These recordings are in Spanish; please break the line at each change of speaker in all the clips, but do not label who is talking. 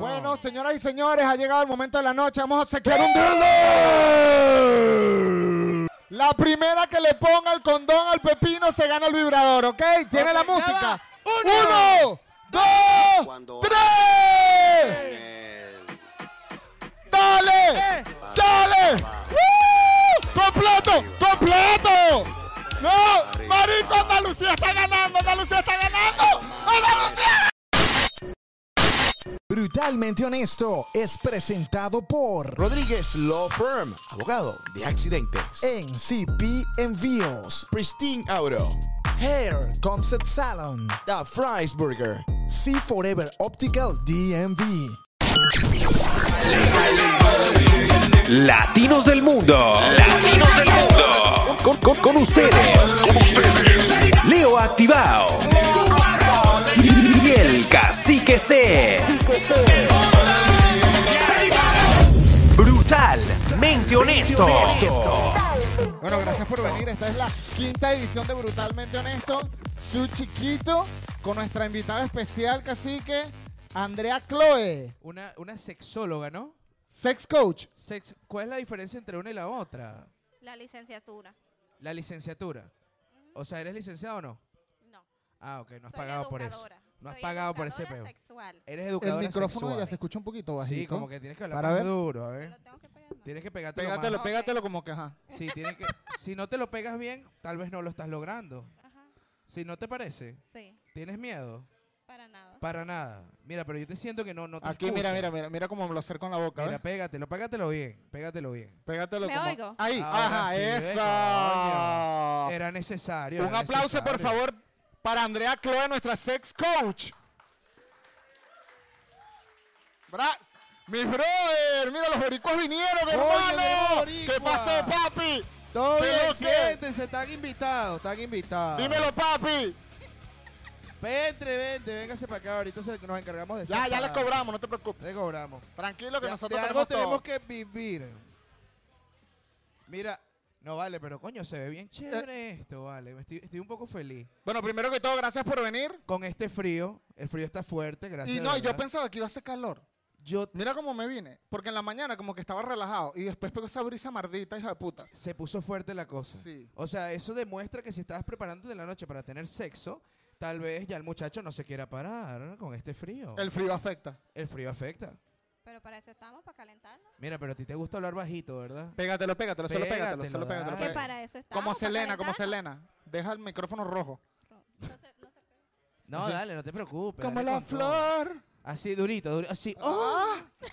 Bueno, señoras y señores, ha llegado el momento de la noche. Vamos a obsequiar un dildo. La primera que le ponga el condón al pepino se gana el vibrador, ¿ok? Tiene
Ok,
la
ya
música.
va.
Uno, dos,
Cuando-
tres.
Daniel,
¡Dale!
Eh.
¡Dale! ¡Woo! ¡Completo! ¡Completo! ¡No! ¡Marico, Andalucía está ganando! ¡Andalucía está ganando! ¡Andalucía!
Brutalmente Honesto es presentado por
Rodríguez Law Firm, abogado de accidentes.
NCP Envíos,
Pristine Auto,
Hair Concept Salon,
The Fries Burger.
See Forever Optical DMV.
Latinos del mundo. Latinos del mundo. Con, con- con ustedes. Leo Activado. Y el cacique C. Brutalmente honesto.
Bueno, gracias por venir. Esta es la quinta edición de Brutalmente Honesto. Su chiquito con nuestra invitada especial, cacique, Andrea Chloe,
Una, una sexóloga, ¿no?
sex coach.
Sex- ¿Cuál es la diferencia entre una y la otra?
La licenciatura.
La licenciatura. O sea, ¿eres licenciado o no?
No.
Ah, ok, no has
Soy
pagado por eso.
educadora.
No has
Soy
pagado por ese
educadora
peo.
sexual.
Eres
El
educadora
micrófono
sexual.
ya se escucha un poquito bajito.
Sí, como que tienes que hablar
Para
más
ver.
duro, a
¿Te
ver.
lo tengo que pegar?
Tienes que pegártelo más.
Pégatelo,
Ok.
pégatelo como que ajá.
Sí, tienes que, si no te lo pegas bien, tal vez no lo estás logrando.
Ajá.
Si no te parece,
Sí,
¿tienes miedo?
para nada.
Para nada. Mira, pero yo te siento que no, no te
Aquí, mira,
escucho.
mira, mira, mira cómo lo acerco con la boca.
Mira,
¿ves?
pégatelo, pégatelo bien, pégatelo bien.
Pégatelo
¿Me
como.
oigo?
Ahí,
Ahora
ajá,
sí, ¿ves?
eso.
¿eh? Coño. Era necesario.
Un
era
aplauso, por
necesario.
favor, para Andrea Chloe, nuestra sex coach. Bra- mis brother, mira, los boricuas vinieron, hermano.
boricua.
¿Qué pasó, papi?
Todo
¿Qué
bien,
lo que?
siéntense, están invitados, están invitados.
Dímelo, papi.
Vente, vente, véngase para acá, ahorita se- nos encargamos de
Ya, ya le
separar.
cobramos, no te preocupes.
Le cobramos.
Tranquilo que
De-
nosotros
de algo
tenemos, todo.
tenemos que vivir. Mira, no vale, pero coño, se ve bien
Eh.
chévere esto, vale. me Estoy, estoy un poco feliz.
Bueno, primero que todo, gracias por venir.
Con este frío, el frío está fuerte, gracias.
Y no,
de
yo
verdad.
pensaba que iba a hacer calor.
Yo-
Mira cómo me vine. Porque en la mañana como que estaba relajado. Y después pegó esa brisa mardita, hija de puta.
se puso fuerte la cosa.
Sí.
O sea, eso demuestra que si estabas preparándote en la noche para tener sexo, tal vez ya el muchacho no se quiera parar ¿no? con este frío.
El frío afecta.
El frío afecta.
Pero para eso estamos, para calentarnos.
Mira, pero a ti te gusta hablar bajito, ¿verdad?
Pégatelo, pégatelo, solo pégatelo,
Pégatelo,
solo pégatelo.
dale.
Que
Ay.
pégatelo.
para eso estamos.
Como
pa'
Selena, como
calentarnos.
Selena. Deja el micrófono rojo.
No se- no se pega.
No, dale, no te preocupes.
Como
dale
la
con todo.
flor.
Así, durito, durito. Así. ¡Oh!
Ah.
Oh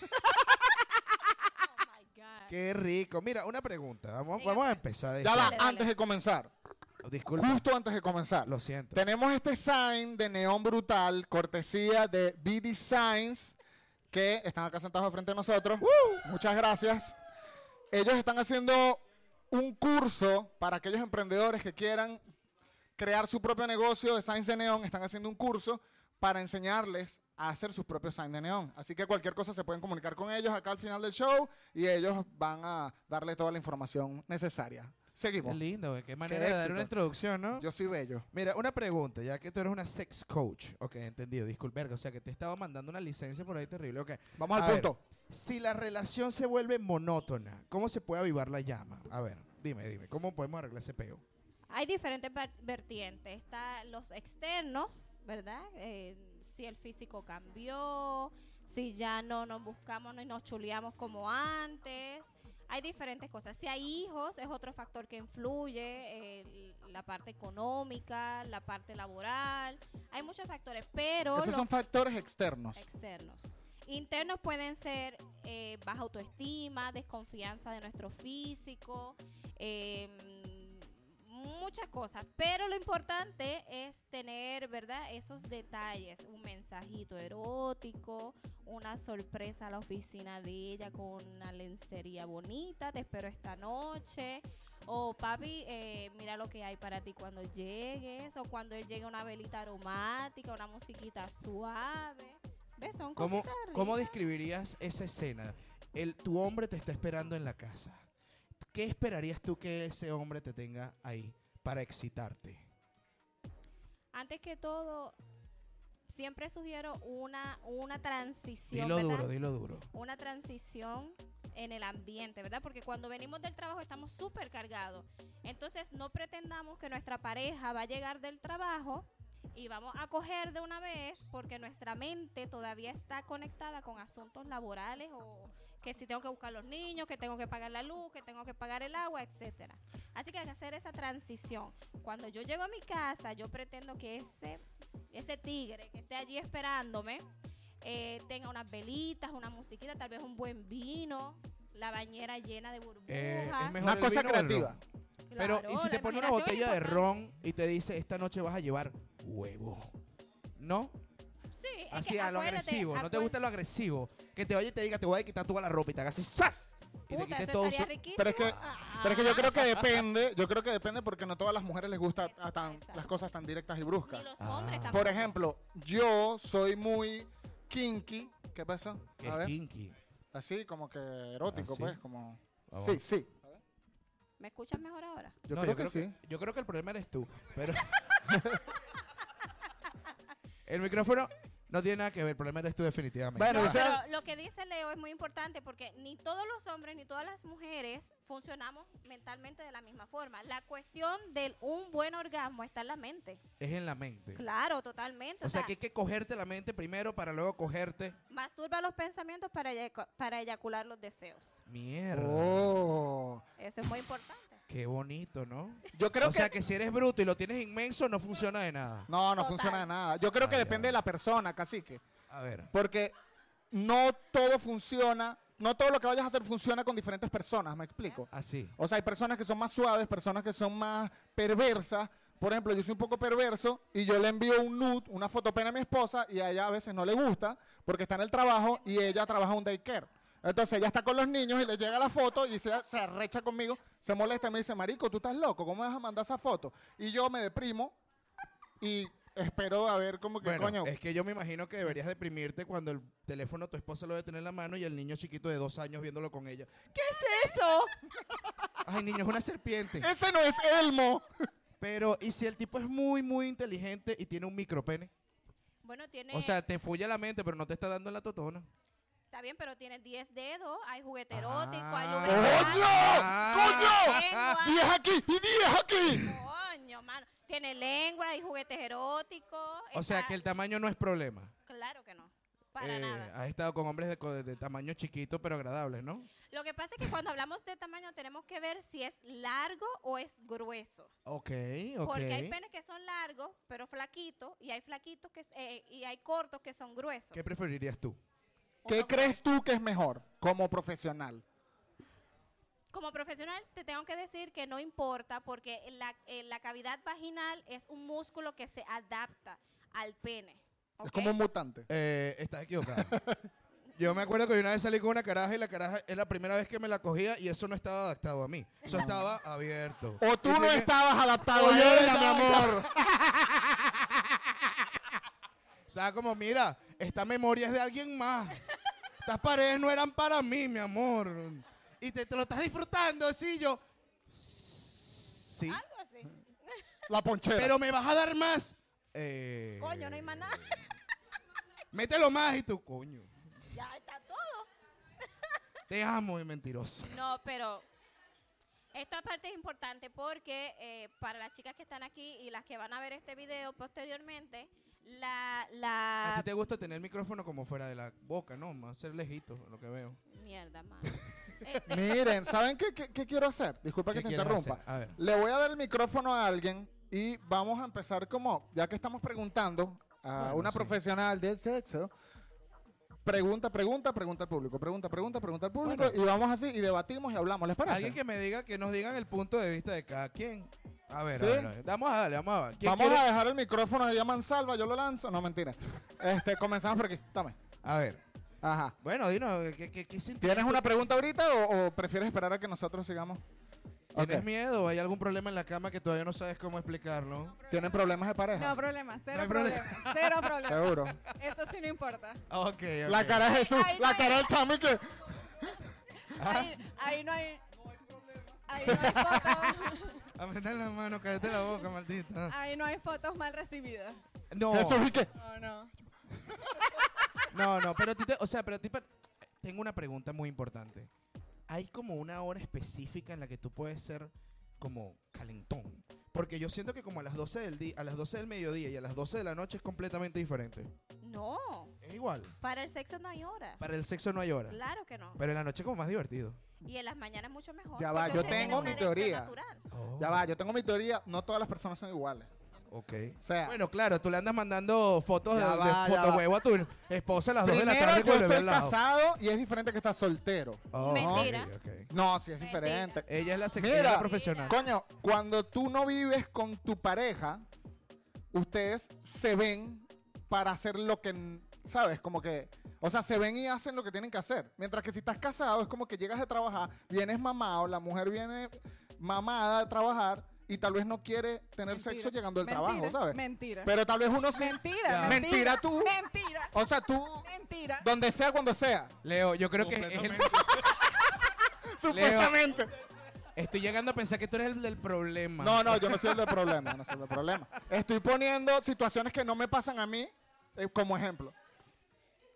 my God.
¡Qué rico! Mira, una pregunta. Vamos,
Dígame.
vamos a empezar.
Ya va,
Dale, dale.
antes de comenzar.
esto. Disculpa,
Justo antes de comenzar.
lo siento.
Tenemos este sign de neón brutal, cortesía de BD Signs, que están acá sentados frente a nosotros. Muchas gracias. Ellos están haciendo un curso para aquellos emprendedores que quieran crear su propio negocio de signs de neón. Están haciendo un curso para enseñarles a hacer sus propios signs de neón. Así que cualquier cosa se pueden comunicar con ellos acá al final del show y ellos van a darle toda la información necesaria.
Qué
Seguimos.
lindo, güey. Qué manera de dar
éxito.
una introducción, ¿no?
Yo soy bello.
Mira, una pregunta, ya que tú eres una sex coach. Ok, entendido. Disculpe, verga, o sea, que te estaba mandando una licencia por ahí terrible. Ok.
Vamos al
A ver,
punto.
Si la relación se vuelve monótona, ¿cómo se puede avivar la llama? A ver, dime, dime, ¿cómo podemos arreglar ese peo?
Hay diferentes ver- vertientes. Está los externos, ¿verdad? Eh, si el físico cambió, si ya no nos buscamos y nos chuleamos como antes. Hay diferentes cosas. Si hay hijos, es otro factor que influye. el- la parte económica, la parte laboral. Hay muchos factores, pero
Esos
los
son factores externos.
externos. Internos pueden ser eh, baja autoestima, desconfianza de nuestro físico, eh, muchas cosas. Pero lo importante es tener, ¿verdad? Esos detalles, un mensajito erótico, una sorpresa a la oficina de ella con una lencería bonita, te espero esta noche. O papi, eh, mira lo que hay para ti cuando llegues. O cuando él llegue una velita aromática, una musiquita suave. ¿Ves? Son
¿Cómo,
cositas
¿Cómo
ricas.
describirías esa escena? El, tu hombre te está esperando en la casa. ¿Qué esperarías tú que ese hombre te tenga ahí para excitarte?
Antes que todo, siempre sugiero una, una transición,
Dilo
¿verdad?
duro, dilo duro.
una transición en el ambiente, ¿verdad? Porque cuando venimos del trabajo estamos súper cargados. Entonces no pretendamos que nuestra pareja va a llegar del trabajo y vamos a coger de una vez porque nuestra mente todavía está conectada con asuntos laborales o que si tengo que buscar los niños, que tengo que pagar la luz, que tengo que pagar el agua, etcétera. Así que hay que hacer esa transición. Cuando yo llego a mi casa, yo pretendo que ese, ese tigre que esté allí esperándome eh, tenga unas velitas, una musiquita, tal vez un buen vino, la bañera llena de burbujas.
Eh, es mejor
Una
el
cosa
vino o el
creativa.
ron. Pero,
Claro,
¿y si
la
te pone una
imaginación
botella
es
de
importante.
ron y te dice, esta noche vas a llevar huevo? ¿No?
Sí, es que
Así, a lo
acuérdate,
agresivo. ¿No te
acuérdate-
gusta lo agresivo? Que te vaya y te diga, te voy a quitar toda la ropa y te haga así, ¡zas! Y te
Puta,
quite
eso
todo.
estaría
su-
riquísimo.
Pero es que-
Ah,
Pero es que yo creo que depende, yo creo que depende porque no todas las mujeres les gustan
Exacto.
las cosas tan directas y
ni
bruscas.
los hombres
Ah.
tampoco.
Por ejemplo, yo soy muy kinky. ¿Qué pasa?
Que
A
es
ver,
kinky. ¿Ah,
así como que erótico,
Así.
pues, como...
Vamos.
Sí, sí.
¿Me escuchas mejor ahora?
Yo
Ah, No,
creo que sí.
Yo creo que el problema eres tú. Pero. el micrófono no tiene nada que ver. El problema eres tú, definitivamente.
Bueno,
No,
o sea-
pero lo que dice Leo es muy importante porque ni todos los hombres ni todas las mujeres funcionamos mentalmente de la misma forma. La cuestión del un buen orgasmo está en la mente.
es en la mente.
Claro, totalmente.
O sea, que hay que cogerte la mente primero para luego cogerte.
masturba los pensamientos para, eyacu- para eyacular los deseos.
Mierda.
Oh.
Eso es muy importante.
Qué bonito, ¿no?
Yo creo
o
que...
sea, que si eres bruto y lo tienes inmenso, no funciona de nada.
No, no
Total.
funciona de nada. Yo creo que
Ay,
depende
ay.
de la persona, cacique.
A ver.
Porque no todo funciona, no todo lo que vayas a hacer funciona con diferentes personas, me explico.
Así.
O sea, hay personas que son más suaves, personas que son más perversas. Por ejemplo, yo soy un poco perverso y yo le envío un nude, una fotopena a mi esposa y a ella a veces no le gusta porque está en el trabajo y ella trabaja en un daycare. Entonces ella está con los niños y le llega la foto y se, se arrecha conmigo, se molesta y me dice, Marico, tú estás loco, ¿cómo me vas a mandar esa foto? Y yo me deprimo y espero a ver cómo que
Bueno,
coño.
es que yo me imagino que deberías deprimirte cuando el teléfono tu esposa lo debe tener en la mano y el niño chiquito de dos años viéndolo con ella. ¿Qué es eso? Ay, niño, es una serpiente.
Ese no es Elmo.
Pero, ¿y si el tipo es muy, muy inteligente y tiene un micropene?
Bueno, tiene,
O sea, te fulla la mente, pero no te está dando en la totona.
está bien, pero tiene 10 dedos, hay juguete erótico, hay lubricante,
Ah. ¡Coño!
lengua.
Y es aquí, y es aquí.
Coño, mano. Tiene lengua, hay juguetes eróticos.
O sea,
está-
que el tamaño no es problema.
Claro que no. Para
Eh,
nada.
Has estado con hombres de, co- de tamaño chiquito, pero agradables, ¿no?
Lo que pasa es que cuando hablamos de tamaño tenemos que ver si es largo o es grueso.
Ok, ok.
Porque hay penes que son largos, pero flaquitos, y hay flaquitos que, s- eh, y hay cortos que son gruesos.
¿Qué preferirías tú?
¿Qué
Uno
crees tú que es mejor como profesional?
Como profesional te tengo que decir que no importa porque la, eh, la cavidad vaginal es un músculo que se adapta al pene. ¿ok?
Es como un mutante.
Eh, estás equivocado. Yo me acuerdo que una vez salí con una caraja y la caraja es la primera vez que me la cogía y eso no estaba adaptado a mí. Eso estaba abierto.
O tú
Y
no
dije,
estabas adaptado
"Oye,
a ella, mi
estaba
amor.
O sea, como, mira, esta memoria es de alguien más. Estas paredes no eran para mí, mi amor. Y te, te lo estás disfrutando, sí, yo. Sí.
Algo así.
La ponchera.
Pero me vas a dar más. Eh,
Coño, no hay más nada.
Mételo más y tú, coño.
Ya está todo.
Te amo, y mentiroso.
No, pero esta parte es importante porque eh, para las chicas que están aquí y las que van a ver este video posteriormente, la...
A
la...
ti te gusta tener el micrófono como fuera de la boca, ¿no? Más ser lejito, lo que veo.
Mierda, mano. Este,
Miren, ¿saben qué, qué- qué quiero hacer? Disculpa
¿Qué
que te
quieres
interrumpa.
hacer? Ah, A ver.
Le voy a dar el micrófono a alguien y vamos a empezar como, ya que estamos preguntando a
Bueno,
una
sí.
profesional del sexo. Pregunta, pregunta, pregunta al público, pregunta, pregunta, pregunta al público
Bueno.
y vamos así y debatimos y hablamos. ¿Les parece?
Alguien que me diga, que nos digan el punto de vista de cada quien. A ver,
¿Sí?
a ver, a ver. Vamos a darle, vamos a ver. ¿Quién
Vamos
quiere?
a dejar el micrófono de Mansalva, yo lo lanzo. No, mentira. Este, comenzamos por aquí. Dame.
A ver.
Ajá.
Bueno, dinos, ¿qué, qué, qué sentiste?
¿Tienes una pregunta ahorita o, o prefieres esperar a que nosotros sigamos?
¿Tienes
Ok.
miedo? ¿Hay algún problema en la cama que todavía no sabes cómo explicarlo?
¿Tienen problemas de pareja?
No problema, cero
hay problema.
problema. Cero problema.
Seguro.
Eso sí no importa.
Ok, ok.
La cara de Jesús,
Ay, no,
la
no.
cara del chami que... Ah.
Ahí, ahí no hay. Ahí no hay fotos,
Apretá la mano, cállate la boca, maldita.
Ah.
ahí no hay fotos mal recibidas.
No,
Jesús, ¿y qué?
No, no.
no, no, pero a ti te- o sea, pero a ti per- tengo una pregunta muy importante. ¿Hay como una hora específica en la que tú puedes ser como calentón? Porque yo siento que como a las 12 del día, a las 12 del mediodía y a las 12 de la noche es completamente diferente.
No,
Es igual.
para el sexo no hay hora.
Para el sexo no hay hora.
Claro que no.
Pero en la noche es como más divertido.
Y en las mañanas mucho mejor.
Ya va,
porque
yo
ustedes tienen
tengo
una
mi
erección
teoría.
natural.
Ya va, yo tengo mi teoría. No todas las personas son iguales.
Ok.
O sea,
Bueno, claro, tú le andas mandando fotos de,
Ya va,
de
ya
fotohuevo a tu esposa a las 2 de la
primero
tarde
yo
cuando le ve
estoy
al lado.
casado y es diferente que estar soltero.
Oh,
Mentira.
ok, ok.
No, sí es
Mentira.
diferente.
Ella es la
Mira.
secretaria profesional.
Coño, cuando tú no vives con tu pareja, ustedes se ven para hacer lo que, n- ¿sabes? Como que, o sea, se ven y hacen lo que tienen que hacer. Mientras que si estás casado, es como que llegas de trabajar, vienes mamado, la mujer viene mamada de trabajar y tal vez no quiere tener
Mentira.
sexo llegando al
Mentira,
trabajo, ¿sabes?
Mentira.
Pero tal vez uno sí.
mentira, mentira.
Mentira tú.
Mentira.
O sea, tú,
Mentira.
donde sea, cuando sea.
Leo, yo creo que es el-
Supuestamente.
estoy llegando a pensar que tú eres el del problema.
No, no, yo no soy el del problema, no soy el del problema. Estoy poniendo situaciones que no me pasan a mí eh, como ejemplo.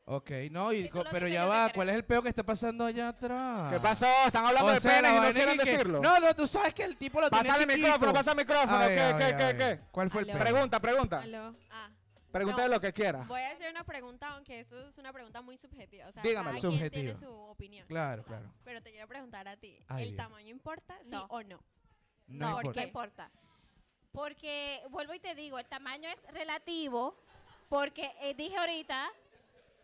Ok, no, y
Si tú
co-
lo
pero
dices,
ya
yo
va.
te
¿Cuál es el peo que está pasando allá atrás?
¿Qué pasó? Están hablando
Ah. O
de
sea, la
penes y no
vaina es
quieren
que-
decirlo.
No, no, tú sabes que el tipo lo
pasa el
tiene chiquito.
micrófono, pasa el micrófono.
Ay,
¿Qué,
ay,
qué,
ay,
qué,
ay.
qué?
¿Cuál fue el
Aló.
peo?
Pregunta, pregunta.
Aló.
Ah,
Pregunta
No.
de lo que quiera.
voy a hacer una pregunta, aunque esto es una pregunta muy subjetiva. O sea,
Dígamelo.
cada quien tiene
Subjetiva.
su opinión.
Claro, claro.
Pero te quiero preguntar a ti,
Ay,
¿el
Dios.
tamaño importa, sí
No.
o no?
No,
no,
importa.
no importa. Porque, vuelvo y te digo, el tamaño es relativo, porque eh, dije ahorita,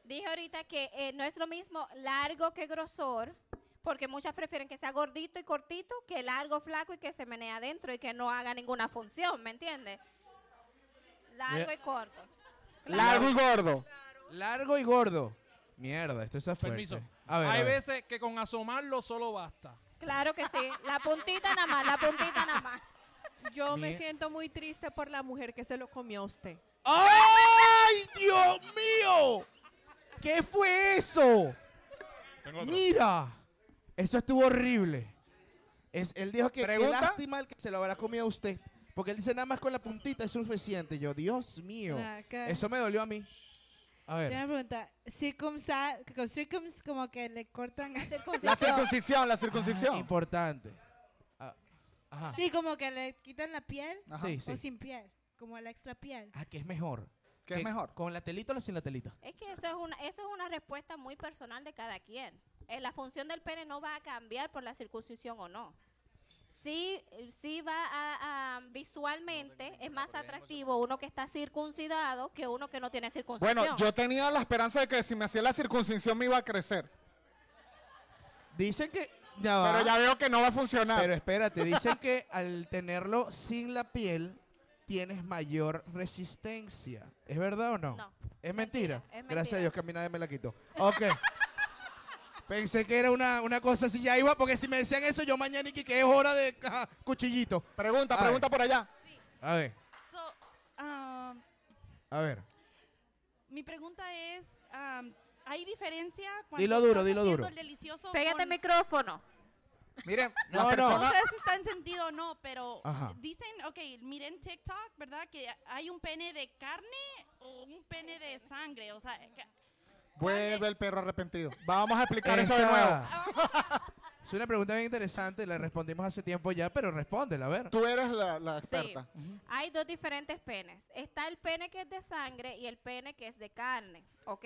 dije ahorita que eh, no es lo mismo largo que grosor, porque muchas prefieren que sea gordito y cortito que largo, flaco y que se menea adentro y que no haga ninguna función, ¿me entiendes? Largo
Mira.
y corto.
Largo y gordo.
Largo y gordo. Mierda, esto está fuerte.
Permiso.
A ver,
Hay
a ver.
veces que con asomarlo solo basta.
Claro que sí. La puntita nada más, la puntita nada más.
Yo
Mie-
me siento muy triste por la mujer que se lo comió a usted.
¡Ay, Dios mío! ¿Qué fue eso? Mira, eso estuvo horrible. Es, él dijo que qué
¿Pregunta?
lástima el que se lo habrá comido a usted. Porque él dice nada más con la puntita es suficiente. Yo, Dios mío.
Acá.
Eso me dolió a mí.
Tengo
A ver.
una pregunta. Circumsa, con circums como que le cortan.
La
Circuncisión.
circuncisión, la
Ah,
circuncisión.
importante. Ah, Ajá.
Sí, como que le quitan la piel
Ajá.
Sí,
o
sí.
sin piel, como la extra piel.
Ah, que es mejor.
¿Qué es
Que-
mejor?
¿Con la telita o sin la telita?
Es que eso es una, eso es una respuesta muy personal de cada quien. Eh, la función del pene no va a cambiar por la circuncisión o no. Sí, eh, sí va a, a- visualmente es más atractivo uno que está circuncidado que uno que no tiene circuncisión.
Bueno, yo tenía la esperanza de que si me hacía la circuncisión me iba a crecer.
Dicen que. Ya va.
Pero ya veo que no va a funcionar.
Ah. Pero espérate, dicen que al tenerlo sin la piel tienes mayor resistencia. ¿Es verdad o no?
No.
¿Es mentira?
Mentira, es
Gracias
mentira.
a Dios que a mí nadie me la quitó. Ok. Pensé que era una, una cosa así, ya iba, porque si me decían eso, yo mañana y que que es hora de ajá, cuchillito.
pregunta,
A ver.
pregunta por allá.
A ver,
So, um,
a ver.
mi pregunta es, um, ¿hay diferencia cuando
Dilo duro,
estás
dilo
haciendo
duro.
el delicioso
Pégate el
con-
micrófono.
Miren,
No,
las
no.
No
personas-
sé si está encendido o no, pero
Ajá.
dicen, ok, miren TikTok, ¿verdad? Que hay un pene de carne o un pene de sangre. O sea, que-
Vuelve el perro arrepentido. Vamos a explicar esto de
Esa-
nuevo.
Es una pregunta bien interesante, la respondimos hace tiempo ya, pero respóndela, a ver.
Tú eres la, la experta.
Hay dos diferentes penes. Está el pene que es de sangre y el pene que es de carne, ¿ok?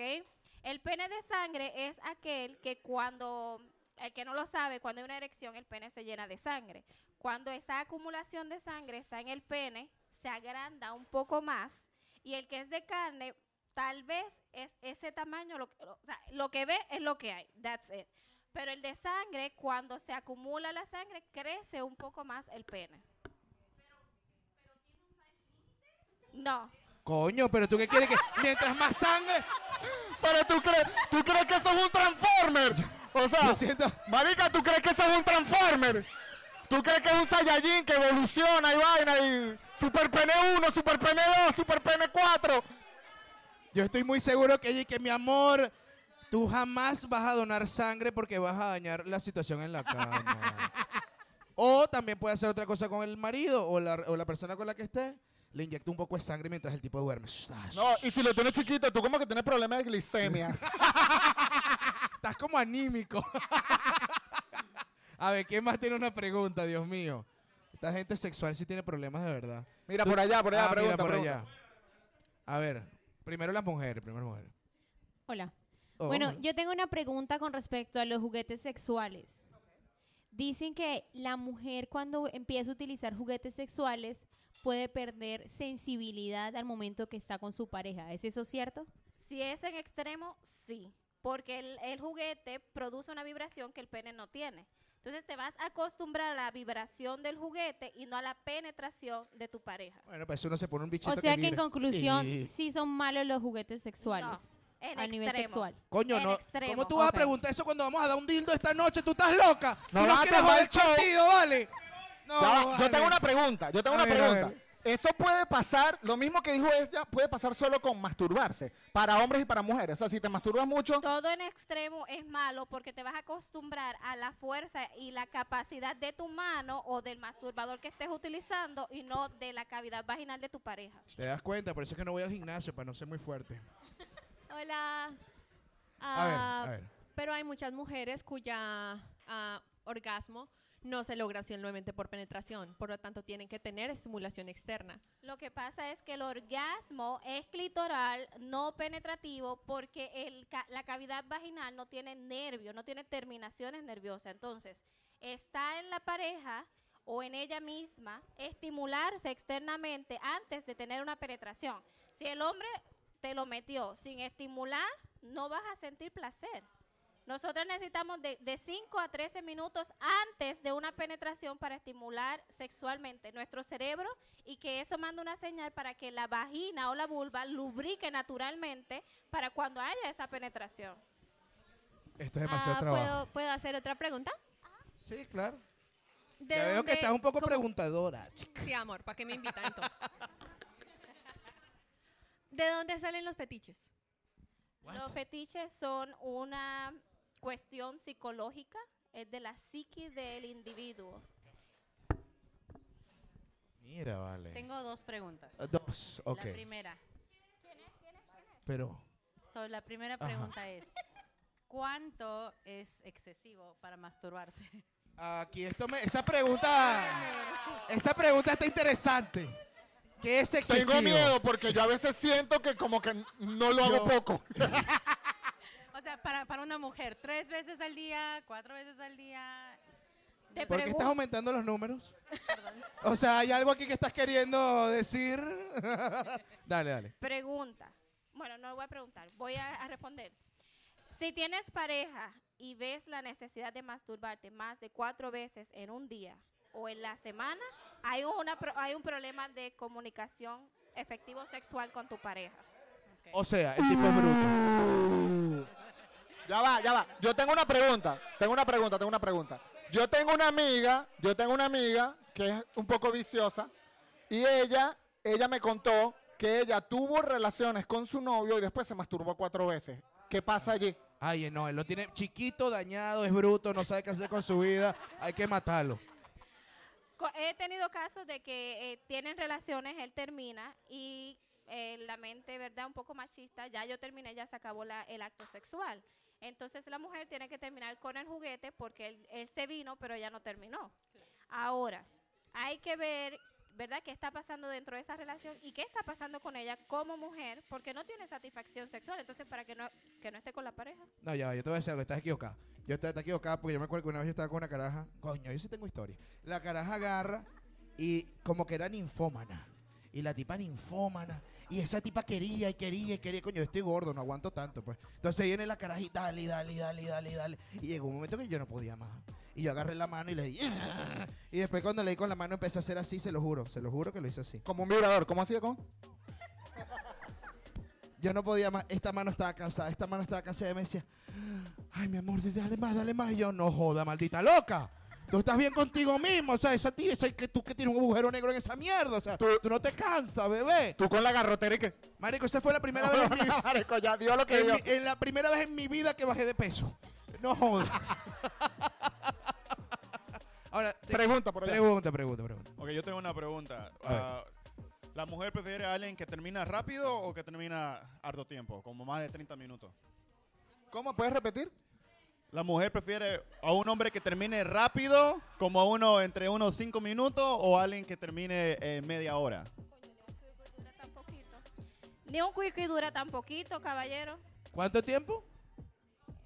El pene de sangre es aquel que cuando, el que no lo sabe, cuando hay una erección el pene se llena de sangre. Cuando esa acumulación de sangre está en el pene, se agranda un poco más y el que es de carne, tal vez es ese tamaño, lo, que- o sea, lo que ve es lo que hay, that's it. Pero el de sangre, cuando se acumula la sangre, crece un poco más el pene. No,
Coño, pero tú qué quieres que. Mientras más sangre.
Pero tú crees, tú crees que eso es un Transformer. O sea,
Lo siento.
Marica, ¿tú crees que eso es un Transformer? ¿Tú crees que es un Saiyajin que evoluciona y vaina y Super Pene 1, Super Pene 2, Super Pene 4?
Yo estoy muy seguro que ella y que mi amor, tú jamás vas a donar sangre porque vas a dañar la situación en la cama. o también puede hacer otra cosa con el marido o la, o la persona con la que esté. le inyecta un poco de sangre mientras el tipo duerme. Estás
No, y si lo tienes chiquito, tú como que tienes problemas de glicemia.
como anímico. A ver, ¿quién más tiene una pregunta, Dios mío? Esta gente sexual sí tiene problemas de verdad.
Mira, por allá, por allá,
Ah, mira,
pregunta,
por
pregunta.
allá. A ver, primero las mujeres, primero las mujeres.
Hola.
Oh,
bueno,
hola.
yo tengo una pregunta con respecto a los juguetes sexuales. Dicen que la mujer cuando empieza a utilizar juguetes sexuales puede perder sensibilidad al momento que está con su pareja. ¿Es eso cierto? Si es en extremo, sí. Porque el, el juguete produce una vibración que el pene no tiene. Entonces te vas a acostumbrar a la vibración del juguete y no a la penetración de tu pareja.
Bueno, pues uno se pone un bichito
O sea que, en
vibre.
conclusión,
Y-
sí son malos los juguetes sexuales.
en
a nivel
extremo.
sexual.
Coño,
En
no.
extremo,
¿Cómo tú vas
ok.
a preguntar eso cuando vamos a dar un dildo esta noche? ¿Tú estás loca?
No vas
¿Tú no
a
quieres
acabar
joder
el show.
contigo, vale? No,
Ya va, Yo tengo
vale.
una pregunta, yo tengo
A
una
ver, a
pregunta.
ver.
Eso puede pasar, lo mismo que dijo ella, puede pasar solo con masturbarse, para hombres y para mujeres. O sea, si te masturbas mucho,
Todo en extremo es malo porque te vas a acostumbrar a la fuerza y la capacidad de tu mano o del masturbador que estés utilizando y no de la cavidad vaginal de tu pareja.
Te das cuenta, por eso es que no voy al gimnasio, para no ser muy fuerte.
Hola.
A ver,
Ah,
a ver.
Pero hay muchas mujeres cuya ah, orgasmo no se logra solamente por penetración, por lo tanto tienen que tener estimulación externa.
Lo que pasa es que el orgasmo es clitoral, no penetrativo, porque el ca- la cavidad vaginal no tiene nervio, no tiene terminaciones nerviosas. Entonces, está en la pareja o en ella misma estimularse externamente antes de tener una penetración. Si el hombre te lo metió sin estimular, no vas a sentir placer. Nosotros necesitamos de, de 5 a 13 minutos antes de una penetración para estimular sexualmente nuestro cerebro y que eso manda una señal para que la vagina o la vulva lubrique naturalmente para cuando haya esa penetración.
Esto es demasiado
Ah,
trabajo.
¿puedo, ¿Puedo hacer otra pregunta?
Sí, claro.
¿De
Ya veo
dónde-
que estás un poco
cómo-
preguntadora. chica.
Sí, amor, ¿para qué me invitan entonces? ¿De dónde salen los fetiches?
Los fetiches son una cuestión psicológica, es de la psiquis del individuo.
Mira, vale.
Tengo dos preguntas.
Ah, dos, ok.
La primera.
Pero,
So, la primera
Ajá.
pregunta es, ¿cuánto es excesivo para masturbarse?
aquí esto me... Esa pregunta... Esa pregunta está interesante. ¿Qué es excesivo?
tengo miedo porque yo a veces siento que como que no lo hago
Yo-
poco.
O sea, para, para una mujer, tres veces al día, cuatro veces al día.
Te
¿Por qué estás
pregun-
aumentando los números? O sea, ¿hay algo aquí que estás queriendo decir? dale, dale.
Pregunta. Bueno, no lo voy a preguntar, voy a, a responder. Si tienes pareja y ves la necesidad de masturbarte más de cuatro veces en un día o en la semana, hay, una, pro- hay un problema de comunicación efectivo sexual con tu pareja.
O sea, el tipo es bruto.
Ya va, ya va. Yo tengo una pregunta, tengo una pregunta, tengo una pregunta. Yo tengo una amiga, yo tengo una amiga que es un poco viciosa y ella, ella me contó que ella tuvo relaciones con su novio y después se masturbó cuatro veces. ¿Qué pasa allí?
Ay, no, él lo tiene chiquito, dañado, es bruto, no sabe qué hacer con su vida. Hay que matarlo.
Co- He tenido casos de que eh, tienen relaciones, él termina y eh, la mente, ¿verdad? Un poco machista, ya yo terminé, ya se acabó la- el acto sexual. Entonces la mujer tiene que terminar con el juguete porque él, él se vino, pero ella no terminó. Ahora, hay que ver, ¿verdad?, qué está pasando dentro de esa relación y qué está pasando con ella como mujer porque no tiene satisfacción sexual. Entonces, para que no, que no esté con la pareja.
No, ya, va, yo te voy a decir algo, estás equivocada. Yo estaba estaba equivocada porque yo me acuerdo que una vez yo estaba con una caraja. Coño, yo sí tengo historia. La caraja agarra y como que era ninfómana. Y la tipa ninfómana. Y esa tipa quería y quería y quería. Coño, yo estoy gordo, no aguanto tanto, pues. Entonces viene la carajita, dale, dale, dale, dale, dale. Y llegó un momento que yo no podía más. Y yo agarré la mano y le di. "Ah". Y después cuando le di con la mano empecé a hacer así, se lo juro, se lo juro que lo hice así.
Como un vibrador, ¿cómo hacía con?
Yo no podía más. Esta mano estaba cansada. Esta mano estaba cansada. Y me decía, ay, mi amor, dale más, dale más. Y yo, no joda, maldita loca. Tú estás bien contigo mismo. O sea, esa tía, esa que tú que tienes un agujero negro en esa mierda. O sea, tú, no te cansas, bebé.
Tú con la garrotera y que...
Marico, esa fue la primera vez en mi
Marico, ya dio lo que
en
dio.
mi- en la primera vez en mi vida que bajé de peso. No joda. Ahora, te-
Pregunta por allá.
Pregunta, pregunta, pregunta.
Ok, yo tengo una pregunta.
A ver.
Ah, ¿La mujer prefiere a alguien que termina rápido o que termina harto tiempo? Como más de 30 minutos.
¿Cómo? ¿Puedes repetir?
¿La mujer prefiere a un hombre que termine rápido, como a uno entre unos 5 minutos, o a alguien que termine en media hora?
pues Ni un cuico y dura tan poquito, caballero.
¿Cuánto tiempo?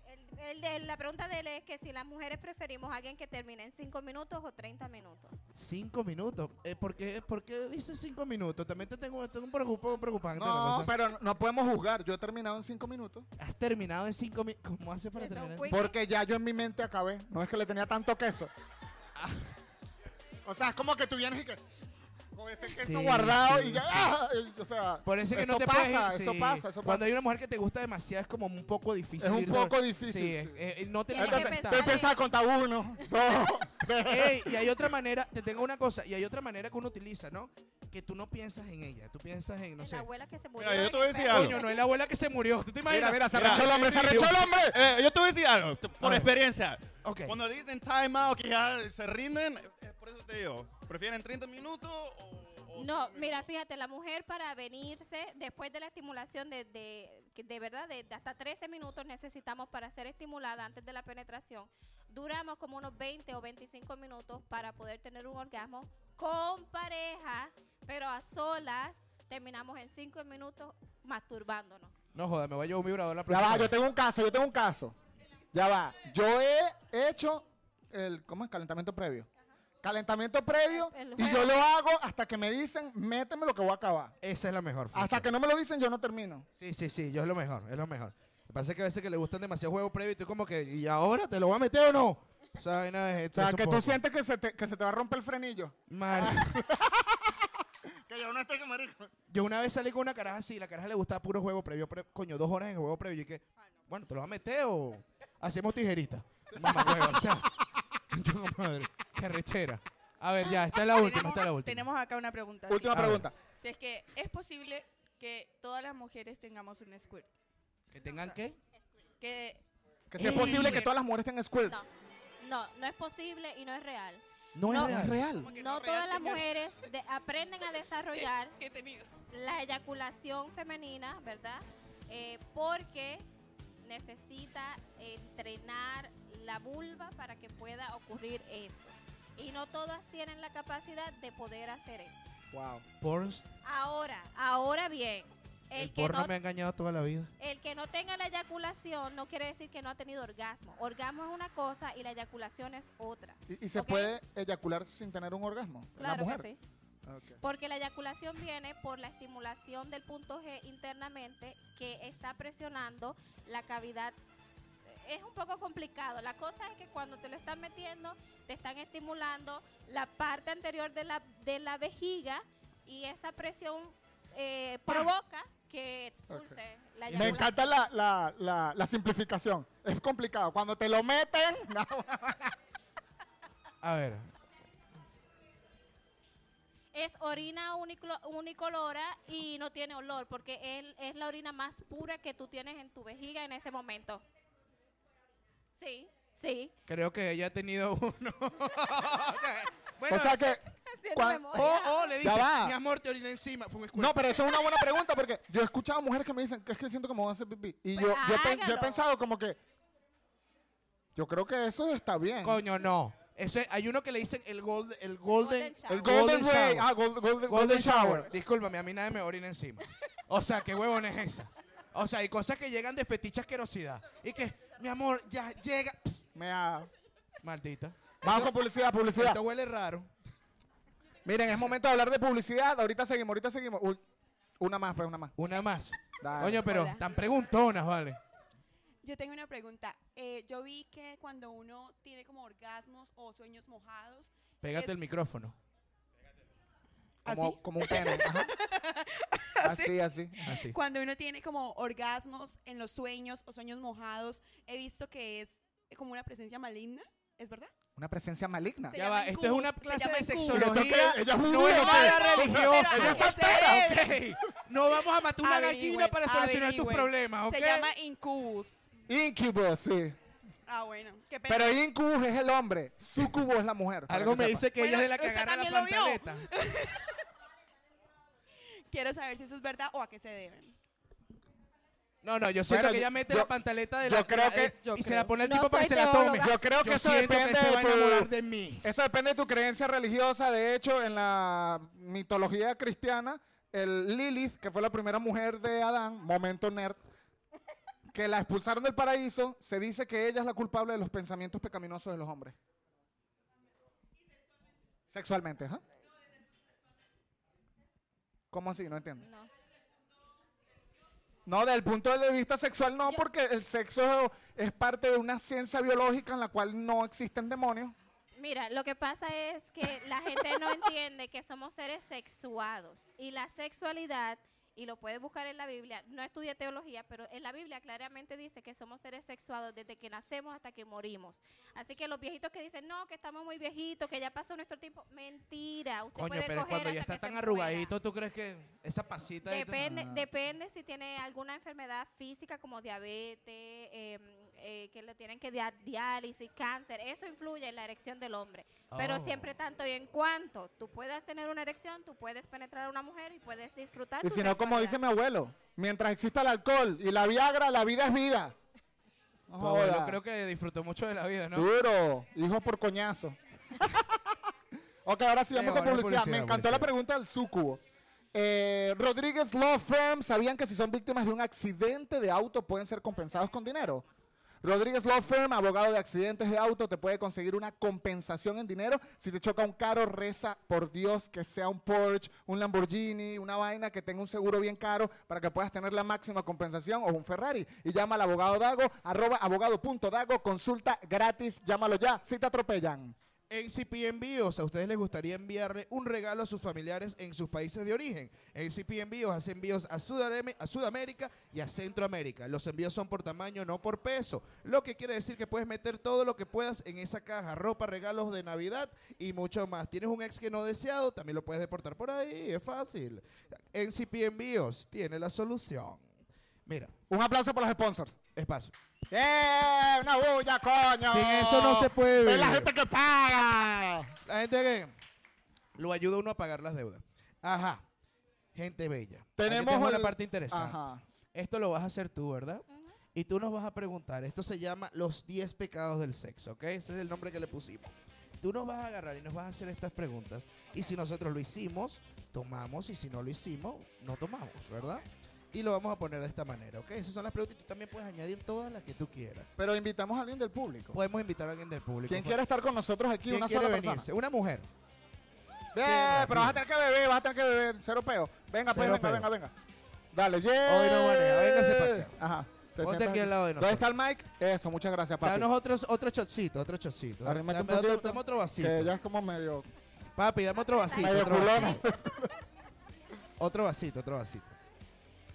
El- el de- la pregunta de él es que si las mujeres preferimos a alguien que termine en 5 minutos o 30 minutos.
Cinco minutos. Eh, ¿por, qué, por qué dices cinco minutos? También te tengo, tengo un preocupo- preocupante. la
No,
cosa.
pero no podemos juzgar. Yo he terminado en cinco minutos.
¿Has terminado en cinco minutos? ¿Cómo haces para terminar en cinco
Porque ya yo en mi mente acabé. No es que le tenía tanto queso.
Ah.
O sea, es como que tú vienes y que. Con ese queso
Sí,
guardado
sí,
y ya.
sí.
¡ah! Y, O sea,
Por eso es que no te
pasa,
puedes ir,
eso
sí.
pasa, eso
Cuando
pasa.
hay una mujer que te gusta demasiado es como un poco difícil.
Es un
ir de-
poco difícil,
Sí,
sí.
eh, eh, no te
Entonces, tú empiezas a contar uno, dos, tres.
Ey, y hay otra manera, te tengo una cosa, y hay otra manera que uno utiliza, ¿no? Que tú no piensas en ella, tú piensas en, no sé.
abuela que se
murió.
yo te voy a decir algo.
Coño, no es la abuela que se murió, ¿tú te imaginas?
Mira, mira, se
arrechó
arrechó el hombre, se arrechó el hombre. Eh, yo te voy a decir algo, te- por
A ver.
experiencia.
Ok.
Cuando dicen time out, que ya se rinden, es por eso te digo, prefieren 30 minutos o...
No, mira, fíjate, la mujer para venirse después de la estimulación de, de, que de verdad, de, de hasta 13 minutos necesitamos para ser estimulada antes de la penetración. Duramos como unos 20 o 25 minutos para poder tener un orgasmo con pareja, pero a solas terminamos en 5 minutos masturbándonos.
No joda, me voy a llevar un vibrador la
Ya
próxima.
va, yo
vez.
tengo un caso, yo tengo un caso. Ya va. Yo he hecho el ¿cómo es? calentamiento previo. Calentamiento previo
El- el
y
juego.
yo lo hago hasta que me dicen, "Méteme lo que voy a acabar."
Esa es la mejor. Fucho.
Hasta que no me lo dicen yo no termino.
Sí, sí, sí, yo es lo mejor, es lo mejor. Lo que pasa es que a veces que le gustan demasiado juegos previos y tú como que, ¿y ahora te lo va a meter o no? O sea, vaina es-
O sea,
es un
que tú
poco.
sientes que se te, que se te va a romper el frenillo.
Mari-
Que yo no estoy con marico.
Yo una vez salí con una caraja así, la caraja le gustaba puro juego previo, pre- coño, dos horas en el juego previo. Y que,
Ah,
bueno, ¿te lo vas a meter o hacemos tijerita? Mamá, huevo, o sea, yo, madre, qué rechera. A ver, ya, esta es la última, esta es la última.
Tenemos acá una pregunta.
Última A ver. pregunta.
Si es que es posible que todas las mujeres tengamos un squirt.
¿Que tengan qué?
Que,
Que si es posible que todas las mujeres tengan squirt.
No, no, no es posible y no es real.
No es real.
No,
real.
todas
real,
las
señora?
mujeres de- aprenden a desarrollar la eyaculación femenina, ¿verdad? Eh, porque necesita entrenar la vulva para que pueda ocurrir eso. Y no todas tienen la capacidad de poder hacer eso.
Wow.
Porns,
Ahora, ahora bien, el,
el
que
porno
no
me ha engañado toda la vida.
el que no tenga la eyaculación no quiere decir que no ha tenido orgasmo. Orgasmo es una cosa y la eyaculación es otra.
Y, y se puede eyacular sin tener un orgasmo. la
Claro que
mujer.
sí.
Ok.
Porque la eyaculación viene por la estimulación del punto G internamente que está presionando la cavidad. Es un poco complicado. La cosa es que cuando te lo están metiendo, te están estimulando la parte anterior de la, de la vejiga y esa presión eh, provoca que expulse la
Me
eyaculación.
encanta la, la, la, la simplificación. Es complicado. Cuando te lo meten. no.
A ver,
es orina uniclo- unicolora y no tiene olor porque él es la orina más pura que tú tienes en tu vejiga en ese momento. Sí, sí.
creo que ella ha tenido uno.
o sea que. cuan-
Oh, oh, le
Ya
dice,
va.
mi amor, te orina encima. Fue un squirt.
No, pero eso es una buena pregunta porque yo he escuchado mujeres que me dicen que es que siento como hacer pipí. Y
Pues
yo, yo, pe- yo he
hágalo.
pensado como que. Yo creo que eso está bien.
Coño, no. Ese- hay uno que le dicen el, gold, el golden,
El golden ray. Ah, gold- golden- golden shower.
Discúlpame, a mí nadie me orina encima. O sea, qué huevón es esa. O sea, hay cosas que llegan de fetiche asquerosidad. Y que, mi amor, ya llega.
Me ha...
Maldita.
Vamos con publicidad, publicidad.
Esto huele raro.
Miren, es momento de hablar de publicidad. Ahorita seguimos, ahorita seguimos. Uy, una más, pues una más.
Una más.
Dale.
Coño, pero
Hola.
tan preguntonas, vale.
Yo tengo una pregunta. Eh, yo vi que cuando uno tiene como orgasmos o sueños mojados,
Pégate
es-
el micrófono.
Como, como un pene. ajá. Así, así.
Así.
Cuando uno tiene como orgasmos en los sueños o sueños mojados, he visto que es como una presencia maligna, ¿es verdad?
Una presencia maligna.
Se Ya llama va, esto es incubus, una se clase llama de incubus.
sexología, no es nada religioso. Ella es soltera, ok. No vamos a matar una gallina para solucionar tus problemas, ¿ok?
Se llama incubus.
Incubus, sí.
Ah, bueno. Qué pena.
Pero incubus es el hombre, sucubo es la mujer. para
Algo me
sepa.
dice que ella es de la que
usted
agarra la
también lo vio.
pantaleta.
Quiero saber si eso es verdad o a qué se deben.
No, no, yo siento
Bueno,
que ella mete
yo-
la pantaleta de
yo
la
creo
la-
que-
eh,
yo
y se
creo.
la pone el
No
tipo para que
soy
se la tome.
teóloga. Yo creo que eso
siento
depende
se va a
de tu-
enamorar de mí.
Eso depende de tu creencia religiosa. De hecho, en la mitología cristiana, el Lilith, que fue la primera mujer de Adán, momento nerd, que la expulsaron del paraíso, se dice que ella es la culpable de los pensamientos pecaminosos de los hombres. Sexualmente, ¿ah? ¿Cómo así? No entiendo.
No sé.
No, desde el punto de vista sexual no, porque el sexo es parte de una ciencia biológica en la cual no existen demonios.
Mira, lo que pasa es que la gente no entiende que somos seres sexuados y la sexualidad, y lo puedes buscar en la Biblia, no estudié teología, pero en la Biblia claramente dice que somos seres sexuados desde que nacemos hasta que morimos. Así que los viejitos que dicen, no, que estamos muy viejitos, que ya pasó nuestro tiempo, mentira. Usted
Coño,
puede
pero
coger
cuando
hasta
ya está
que
tan
se
arrugadito, ¿tú crees que esa pasita ahí te-
Depende, depende si tiene alguna enfermedad física como diabetes, eh, eh, que le tienen que dar diálisis, cáncer. Eso influye en la erección del hombre. Pero
Oh.
siempre tanto y en cuanto tú puedas tener una erección, tú puedes penetrar a una mujer y puedes disfrutar.
Y
tu
si no, como dice mi abuelo, mientras exista el alcohol y la Viagra, la vida es vida.
Tu abuelo
Joda.
creo que disfrutó mucho de la vida, ¿no?
Duro, hijo por coñazo. ok, ahora sí,
Sí,
vamos con
ahora
publicidad.
publicidad,
Me encantó la pregunta del sucubo. Eh, Rodríguez Law Firm, ¿sabían que si son víctimas de un accidente de auto pueden ser compensados con dinero? Rodríguez Law Firm, abogado de accidentes de auto, te puede conseguir una compensación en dinero. Si te choca un carro, reza por Dios que sea un Porsche, un Lamborghini, una vaina que tenga un seguro bien caro para que puedas tener la máxima compensación o un Ferrari. Y llama al abogado Dago, arroba abogado.dago, consulta gratis, llámalo ya, si te atropellan.
ACP Envíos, a ustedes les gustaría enviarle un regalo a sus familiares en sus países de origen. ACP Envíos hace envíos a, Sudam- a Sudamérica y a Centroamérica. Los envíos son por tamaño, no por peso. Lo que quiere decir que puedes meter todo lo que puedas en esa caja, ropa, regalos de Navidad y mucho más. Tienes un ex que no deseado, también lo puedes deportar por ahí, es fácil. ACP Envíos tiene la solución. Mira.
Un aplauso para los sponsors.
Espacio.
¡Eh! ¡Una bulla, coño!
Sin eso no se puede
Es la
vivir.
gente que paga.
La gente que lo ayuda a uno a pagar las deudas. Ajá. Gente bella. Aquí
Tenemos
tengo la
el-
parte interesante.
Ajá.
Esto lo vas a hacer tú, ¿verdad? Y tú nos vas a preguntar. Esto se llama los 10 pecados del sexo, ¿ok? Ese es el nombre que le pusimos. Tú nos vas a agarrar y nos vas a hacer estas preguntas. Y si nosotros lo hicimos, tomamos. Y si no lo hicimos, no tomamos, ¿verdad? Y lo vamos a poner de esta manera, ¿ok? Esas son las preguntas y tú también puedes añadir todas las que tú quieras.
Pero invitamos a alguien del público.
Podemos invitar a alguien del público.
¿Quién
Fue-
quiere estar con nosotros aquí?
¿Quién
una
quiere
sola
venirse?
persona.
Una mujer.
Bien, pero vas a tener que beber, vas a tener que beber. Cero peo. Venga, pues,
Cero
venga,
peo.
venga, venga. Dale, yeah.
Hoy no maneja, véngase para acá.
Ajá. Se
Ponte
sienta
aquí al lado de
¿Dónde está el mic? Eso, muchas gracias, papi.
Danos otros, otro chocito, otro chocito. Dame,
Arrímate un
dame otro,
poquito,
dame otro vasito.
Que ya es como medio...
Papi, dame otro vasito.
Medio
otro,
culona.
vasito. otro vasito, otro vasito.